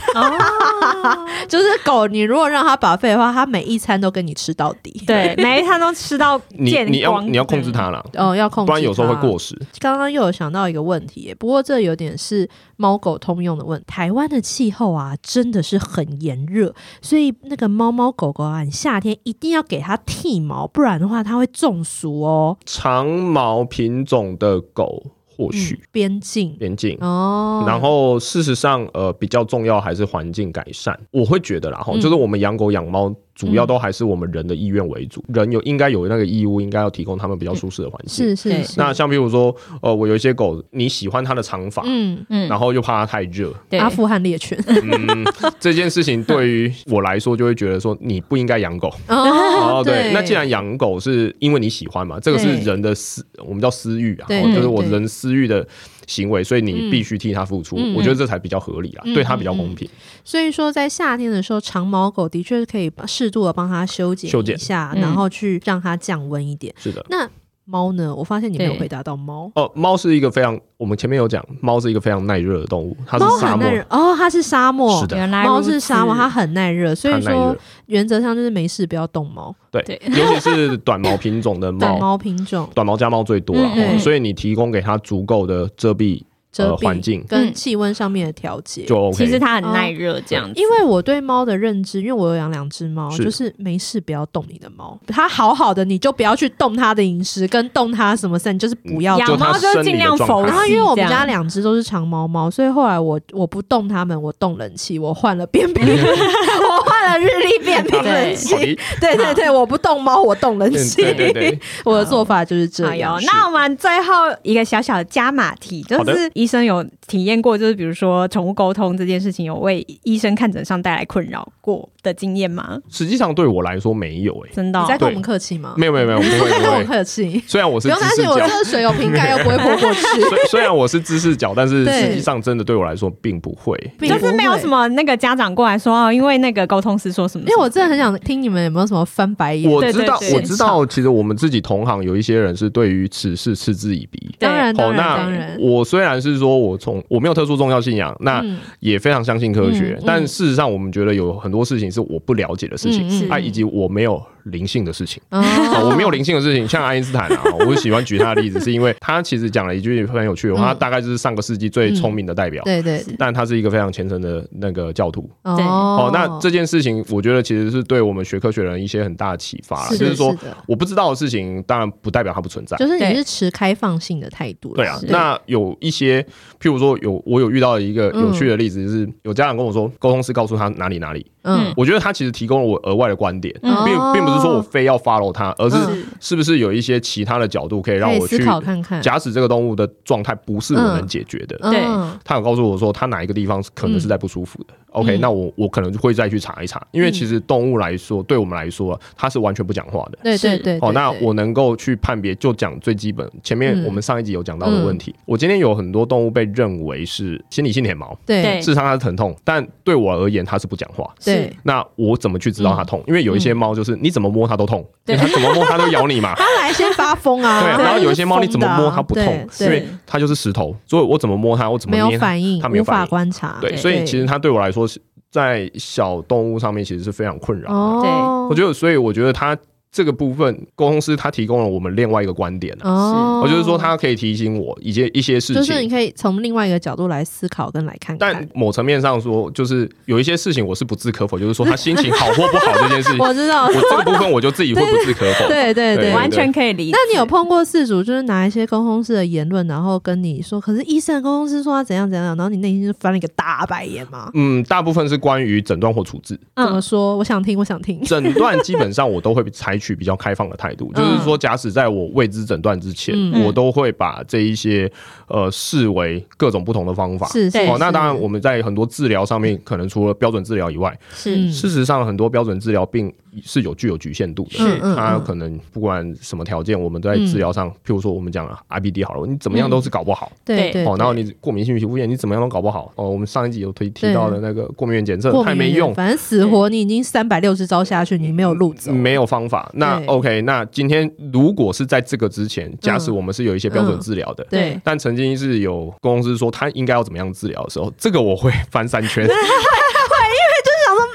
A: 就是狗，你如果让它把费的话，它每一餐都跟你吃到底。
B: 对，每一餐都吃到
C: 你
B: 见光
C: 你要你要控制。它啦，
A: 哦，要控制，
C: 不然有时候会。过时。
A: 刚刚又有想到一个问题耶，不过这有点是猫狗通用的问题。台湾的气候啊，真的是很炎热，所以那个猫猫狗狗啊，你夏天一定要给它剃毛，不然的话它会中暑哦。
C: 长毛品种的狗或许
A: 嗯，边境
C: 边境。
A: 哦，
C: 然后，
A: 嗯
C: 事实上，呃，比较重要还是环境改善。我会觉得啦，哈、就是我们养狗养猫主要都还是我们人的意愿为主，人有应该有那个义务，应该要提供他们比较舒适的环境。
A: 嗯是是
B: 对
A: 是，
C: 那像比如说，呃，我有一些狗，你喜欢它的长发，
A: 嗯，
B: 嗯，
C: 然后又怕它太 热，
B: 对，
A: 阿富汗猎犬，
C: 嗯，这件事情对于我来说，就会觉得说你不应该养狗。
A: 哦
C: 对，那既然养狗是因为你喜欢嘛，这个是
A: 对
C: 人的私，我们叫私欲啊，
A: 对
C: 哦
B: 对
C: 就是我
A: 对
C: 人私欲的行为，所以你必须替它付出
A: 嗯。
C: 我觉得这才比较合理啊，
A: 嗯
C: 对它比较公平。
A: 所以说，在夏天的时候，长毛狗的确是可以适度的帮它修剪
C: 修
A: 一
C: 剪
A: 下，
B: 嗯
A: 然后去让它降温一点。
C: 是的。
A: 那猫呢？我发现你没有
B: 对
A: 回答到猫。
C: 哦，猫是一个非常，我们前面有讲，猫是一个非常耐热的动物，它是
A: 猫
C: 沙
A: 很
C: 漠
A: 耐，热哦，它是沙漠，
C: 是的
B: 原来
A: 猫
B: 如
A: 是沙漠，
B: 此
A: 它很耐热，所
C: 它
A: 以
C: 耐
A: 说
C: 热，
A: 原则上就是没事不要动猫，
C: 对
B: 对，
C: 尤其是短毛品种的
A: 短
C: 猫，
A: 毛品种
C: 短毛家猫最多了，
B: 嗯
C: 哦
A: 嗯
C: 所以你提供给它足够的遮蔽
A: 遮
C: 呃
A: 蔽
C: 环境
A: 跟
B: 嗯
A: 气温上面的调节。
C: 就
B: 其实
C: OK。
B: 它很耐热，这样子，
A: 哦因为我对猫的认知，因为我有养两只猫，
C: 是
A: 就是没事不要动你的猫，它好好的你就不要去动它的饮食，跟动它什么事，你就是不要
C: 嗯
A: 动
B: 养
C: 就。它
B: 猫就
C: 生理
B: 尽量
C: 的状
B: 否
C: 态
B: 极，
A: 然后因为我们家
B: 这样
A: 两只都是长毛猫，所以后来我我不动它们，我动冷气，我换了变频， 我换了日历变频冷气
C: 好。的，
A: 对对对，我不动猫，我动冷气。
C: 哎嗯 对对对，
A: 我的做法就是这
B: 好
A: 样
B: 哟，。那我们最后一个小小的加码题，就
C: 好的
B: 是医生有体验过，就是比如说宠物沟通这件事情，有为医生看诊上带来困扰过的经验吗？
C: 实际上对我来说没有诶、
B: 真的
A: 你
B: 哦、
A: 在跟
C: 对
A: 我们客气吗？
C: 没有没有没有，不会
A: 在
C: 不
A: 跟我们
C: 会。
A: 客气，
C: 虽然我是
A: 不用
C: 知
A: 担
C: 识
A: 心，我
C: 角
A: 这，个水有瓶盖又不会泼过去，
C: 虽虽然我是知识角，但是
A: 对
C: 实际上真的对我来说并不会。
A: 并
B: 就
A: 不
B: 是没有
A: 会
B: 什么那个家长过来说，哦，因为那个沟通师说什么
A: 因为我真的很想听你们有没有什么翻白眼。
C: 我
B: 对
C: 知道
B: 对，对
C: 我知道，其实我们自己同行有一些人是对于此事嗤之以鼻。
A: 当然，当
C: 哦，
A: 然，当
C: 那
A: 然。
C: 我虽然是说我从我没有特殊宗教信仰，那
A: 嗯
C: 也非常相信科学，
A: 嗯嗯
C: 但事实上我们觉得有很多事情是我不了解的事情，
A: 嗯
B: 嗯
C: 啊，以及我没有灵性的事情。啊，
A: 哦
C: 我没有灵性的事情，像爱因斯坦啊，我喜欢举他的例子，是因为他其实讲了一句很有趣的
A: 嗯
C: 话，他大概就是上个世纪最聪明的代表，
A: 对对
C: 但他是一个非常虔诚的那个教徒。
B: 对
A: 哦
C: 哦，那这件事情，我觉得其实是对我们学科学人一些很大的启发啦，
A: 是
C: 就
A: 的
C: 是说
A: 是的
C: 我不知道的事情，当然不代表它不存在。
A: 就是你
B: 对
A: 是持开放性的态度啦，
C: 对啊
B: 是，
C: 那有一些，譬如说有我有遇到一个
A: 嗯
C: 有趣的例子，就是有家长跟我说，沟通师告诉他哪里哪里，
A: 嗯，
C: 我觉得他其实提供了我额外的观点，
A: 嗯
C: 并并不是说我
A: 哦
C: 非要 follow 他，而是
A: 嗯
C: 是不是有一些其他的角度可以让
A: 可以
C: 我
A: 思
C: 去
A: 考看看，
C: 假使这个动物的状态不是我能解决的。
A: 嗯
B: 对
C: 他有告诉我说，他哪一个地方是可能是在不舒服的。OK，、
A: 嗯
C: 那我我可能会再去查一查，因为其实动物来说，对我们来说，啊它是完全不讲话的。
A: 对对
B: 是
A: 对，
C: 哦，
A: 对
C: 那
A: 对
C: 我能够去判别，就讲最基本。前面
A: 嗯
C: 我们上一集有讲到的问题，我今天有很多动物被认为是心理性舔毛，
A: 对
B: 对
C: 事实上它是疼痛，但对我而言它是不讲话。
A: 对，嗯
C: 那我怎么去知道它痛？因为有一些猫就是你怎么摸它都痛，
B: 对
C: 它怎么摸它都咬 你嘛。
A: 它来先发疯啊，
C: 对，
A: 它
C: 然后
A: 就是
C: 有一些猫你
A: 疯
C: 怎么
A: 的啊
C: 摸它不痛，
A: 对
C: 因为
A: 对，
C: 它就是石头，所以我怎么摸它，我怎么
A: 没有
C: 捏它，
A: 反应，
C: 它没有
A: 无法
C: 反应
A: 观察，
C: 对，所以其实它对我来说是在小动物上面其实是非常困扰的。
A: 哦，
C: 我觉得，所以我觉得它这个部分，沟通师他提供了我们另外一个观点、啊
A: 哦，
C: 我就是说，它可以提醒我一些一些事
A: 就是你
C: 情，
A: 可以从另外一个角度来思考跟来看
C: 但
A: 看。
C: 某层面上说，就是有一些事情我是不置可否，就是说他心情好或不好这件事情，我
A: 我知道，
C: 这个部分我就自己会不置可否。
A: 对对对
C: 对
B: 完全可以理解。
A: 那你有碰过事主，就是拿一些公公司的言论，然后跟你说，可是医生公公司说他怎样怎样，然后你内心就翻了一个大白眼吗？
C: 嗯，大部分是关于诊断或处置。
A: 怎么
B: 嗯，
A: 说？我想听，我想 听。
C: 诊断基本上我都会采取比较开放的态度，
A: 嗯
C: 就是说，假使在我未知诊断之前，
A: 嗯
C: 我都会把这一些呃视为各种不同的方法。
A: 是是
B: 对
C: 哦，那
A: 是
C: 当然，我们在很多治疗上面，可能除了标准治疗以外，
B: 是
A: 嗯
C: 事实上很多标准治疗并是有具有局限度的。
B: 是
A: 嗯
C: 它
A: 嗯
C: 可能不管什么条件，我们在治疗上，譬如说我们讲啊 IBD 好了，你怎么样都是搞不好。
A: 对嗯
B: 对
A: 对，
C: 哦，
A: 对
C: 然后你过敏性皮肤炎，你怎么样都搞不好。哦，我们上一集有提提到的那个过敏原检测
A: 过，
C: 太
A: 敏
C: 没
A: 源
C: 用。
A: 反正死活你已经三百六十招下去，你没有路走。
C: 没有方法。那
A: 对
C: OK，那今天如果是在这个之前，假
A: 嗯
C: 使我们是有一些标准治疗的，
A: 对，
C: 但曾经是有公司说他应该要怎么样治疗的时候，这个我会翻三圈，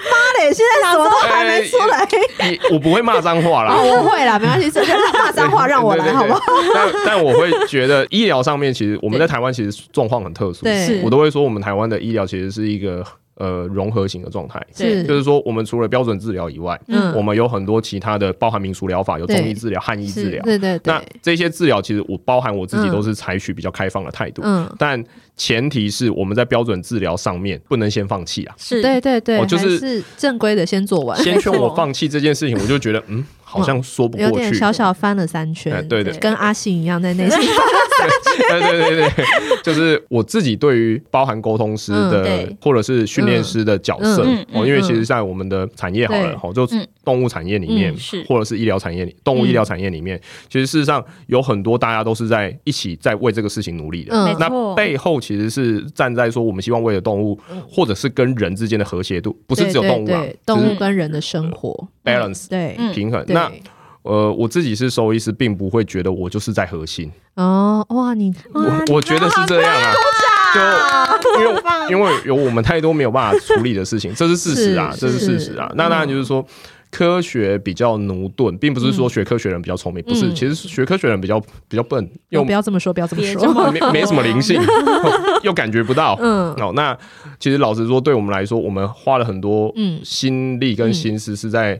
A: 他嘞，现在什么都 还没出来。
C: 也哎我不会骂脏话啦
A: 哦，。 我会啦，没关系，这些骂脏话让我来，好不好？
C: 好？ 但但我会觉得医疗上面，其实我们在台湾其实状况很特殊，
A: 对
B: 是
C: 我都会说我们台湾的医疗其实是一个呃融合型的状态。
B: 对
A: 是
C: 就是说，我们除了标准治疗以外，
A: 嗯
C: 我们有很多其他的，包含民俗疗法，有中
A: 对
C: 医治疗、汉医治疗。
A: 对对
C: 那
A: 对，
C: 这些治疗，其实我包含我自己
A: 嗯
C: 都是采取比较开放的态度，
A: 嗯，
C: 但前提是我们在标准治疗上面不能先放弃 啊。
B: 是
A: 对对对，
C: 哦就
A: 还
C: 是
A: 是正规的先做完，
C: 先劝
B: 没
C: 我
B: 错
C: 放弃这件事情，我就觉得嗯，好像说不
A: 有
C: 过
A: 点
C: 去。
A: 小小翻了三
C: 哎
A: 圈，
C: 对的，
A: 跟阿信一样在内心
C: 对对对 对，就是我自己对于包含沟通师
A: 嗯
C: 的
B: 对
C: 或者是训练师的角色
B: 嗯嗯嗯
C: 哦，因为其实，在我们的产业好
A: 对
C: 了，好哦就
B: 嗯
C: 动物产业里面
B: 嗯是，
C: 或者是医疗产业里，动物医疗产业里面，其实事实上有很多大家都是在一起在为这个事情努力的。
A: 嗯
B: 没
C: 那
B: 错
C: 背后其实是站在说，我们希望为了动物，
A: 嗯
C: 或者是跟人之间的和谐度，
A: 不
C: 不是只有动物啊，
A: 动
C: 就
A: 物
C: 是
A: 跟人的生活，
C: balance
A: 对，
B: 嗯
C: 平衡。
A: 对
C: 那呃，我自己是兽医师，并不会觉得我就是在核心，
A: 哦，哇，你
B: 哇
C: 我我觉得是这样啊，就因为因为有我们太多没有办法处理的 事情，这是事实啊，
A: 是
C: 这是事
A: 是嗯
C: 实啊。那当然就是说。科学比较驽钝，并不是说学科学人比较聪明，不是，
A: 嗯
C: 其实学科学人比较比较笨，又
A: 哦不要这么说，不要这么
B: 别这
A: 说，
B: 么
C: 没没什么 灵性，又感觉不到。
A: 嗯
C: 哦，那其实老实说，对我们来说，我们花了很多
A: 嗯
C: 心力跟心思是在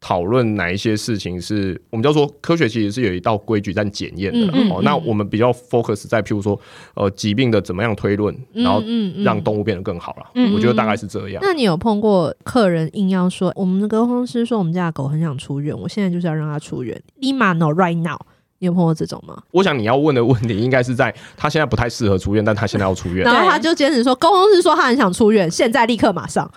C: 讨论哪一些事情是我们叫做科学，其实是有一道规矩在检验的啦。
A: 嗯嗯
C: 哦
A: 嗯，
C: 那我们比较 focus 在譬如说，呃，疾病的怎么样推论，然后
A: 嗯嗯
C: 让动物变得更好了。
B: 嗯
C: 我觉得大概是这样。
A: 那你有碰过客人硬要说，我们的沟通师说我们家的狗很想出院，我现在就是要让它出院立马 no right now，你有碰过这种吗？
C: 我想你要问的问题应该是在他现在不太适合出院，但他现在要出院
A: 然。后他就坚持说，沟通师说他很想出院，现在立刻马上。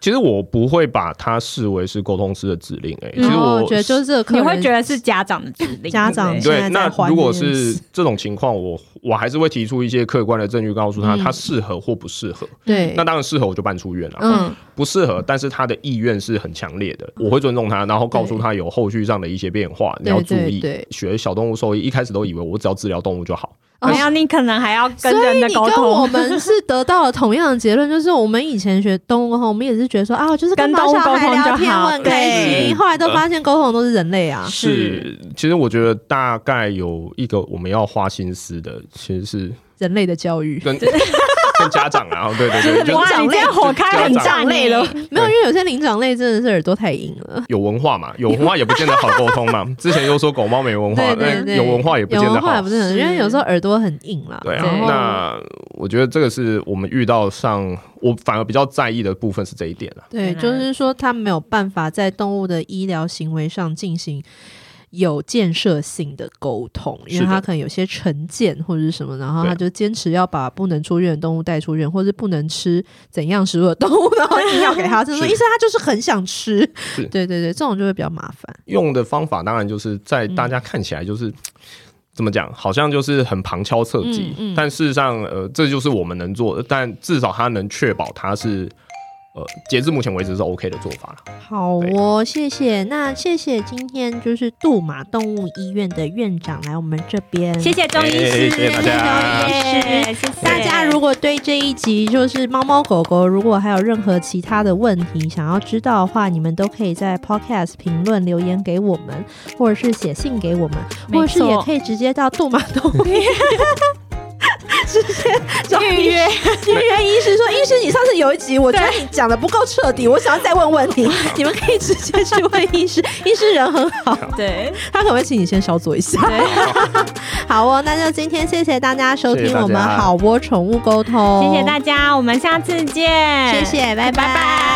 C: 其实我不会把它视为是沟通师的指令、欸，哎，其实
A: 然后
C: 我
A: 嗯哦觉得就是这个客
B: 你
A: 人，
B: 会觉得是家长的指
A: 嗯
B: 令，
A: 家长
B: 对不对
A: 现在
C: 对，
A: 在
C: 那
A: 还
C: 如果
A: 这件
C: 是
A: 事
C: 这种情况，我我还是会提出一些客观的证据，告诉他
A: 嗯
C: 他适合或不适合。
A: 对
C: 那，当然适合我就办出院了、啊
A: 嗯
C: 不适合，但是他的意愿是很强烈的，我会尊重他，然后告诉他有后续上的一些变化，你
A: 对
C: 要注
A: 对
C: 意。
A: 对
C: 学小动物兽医，一开始都以为我只要治疗动物就好，
B: 然后你可能还要
A: 所
B: 跟
A: 以
B: 人
A: 你
B: 的
A: 跟
B: 沟
A: 我
B: 通，
A: 们是得到了同样的结论，就是我们以前学动物沟通，我们也是觉得说啊，就是
B: 跟
A: 毛
B: 动物
A: 小
B: 沟
A: 孩
B: 通
A: 聊
B: 就
A: 天
B: 好
A: 我 很开
B: 对
A: 心，后来都发现沟通都是人类啊，
B: 是
C: 其实我觉得大概有一个我们要花心思的，其实是
A: 人类的教育。
C: 跟 跟家长啊，对对对，就是
B: 哇，你这样火开很大
A: 类
B: 呢
A: 了，没有，因为有些灵长类真的是耳朵太硬了。
C: 有文化嘛，有文化也不见得好沟通嘛。之前又说狗猫没文
A: 对
C: 化，
A: 对对，
C: 那有文化也不见
A: 有
C: 得
A: 文化
C: 好
A: 也不是很，因为有时候耳朵很硬啦。
C: 对啊
A: 然，后
C: 那我觉得这个是我们遇到上，我反而比较在意的部分是这一点了。
A: 对，就是说它没有办法在动物的医疗行为上进行有建设性的沟通，因为
C: 是的
A: 它可能有些成见或者是什么，然后
C: 对
A: 它就坚持要把不能出院的动物带出院，或是不能吃怎样食物的动物，然后硬要给它，就是说
C: 是
A: 医生他就是很想吃。
C: 是
A: 对对对，这种就会比较麻烦。
C: 用的方法当然就是在大家看起来就是。怎么讲？好像就是很旁敲侧击，
A: 嗯嗯
C: 但事实上，呃，这就是我们能做的，但至少它能确保它是，呃，截至目前为止是 OK 的做法了。
A: 好哦，谢谢。那谢谢今天就是杜马动物医院的院长来我们这边，
B: 谢谢钟医师，
C: 哎谢谢大家
B: 谢谢
A: 大家如果对这一集就是猫猫狗狗，如果还有任何其他的问题想要知道的话，你们都可以在 Podcast 评论留言给我们，或者是写信给我们，或
B: 没错
A: 者是也可以直接到杜马 东
B: 预约
A: 预 约医师说：“医师，你上次有一集，我觉得你讲的不够彻底，我想要再问问题。你们可以直接去问医师，医师人很好，
B: 对
A: 他可能会请你先稍作一下。
B: 对，
A: 好哦，那就今天谢谢大家收
C: 谢谢
A: 听
C: 大
A: 我们
C: 家
A: 好窝宠物沟通，
B: 谢谢大家，我们下次见，
A: 谢谢，拜
B: 拜
A: 拜
B: 拜。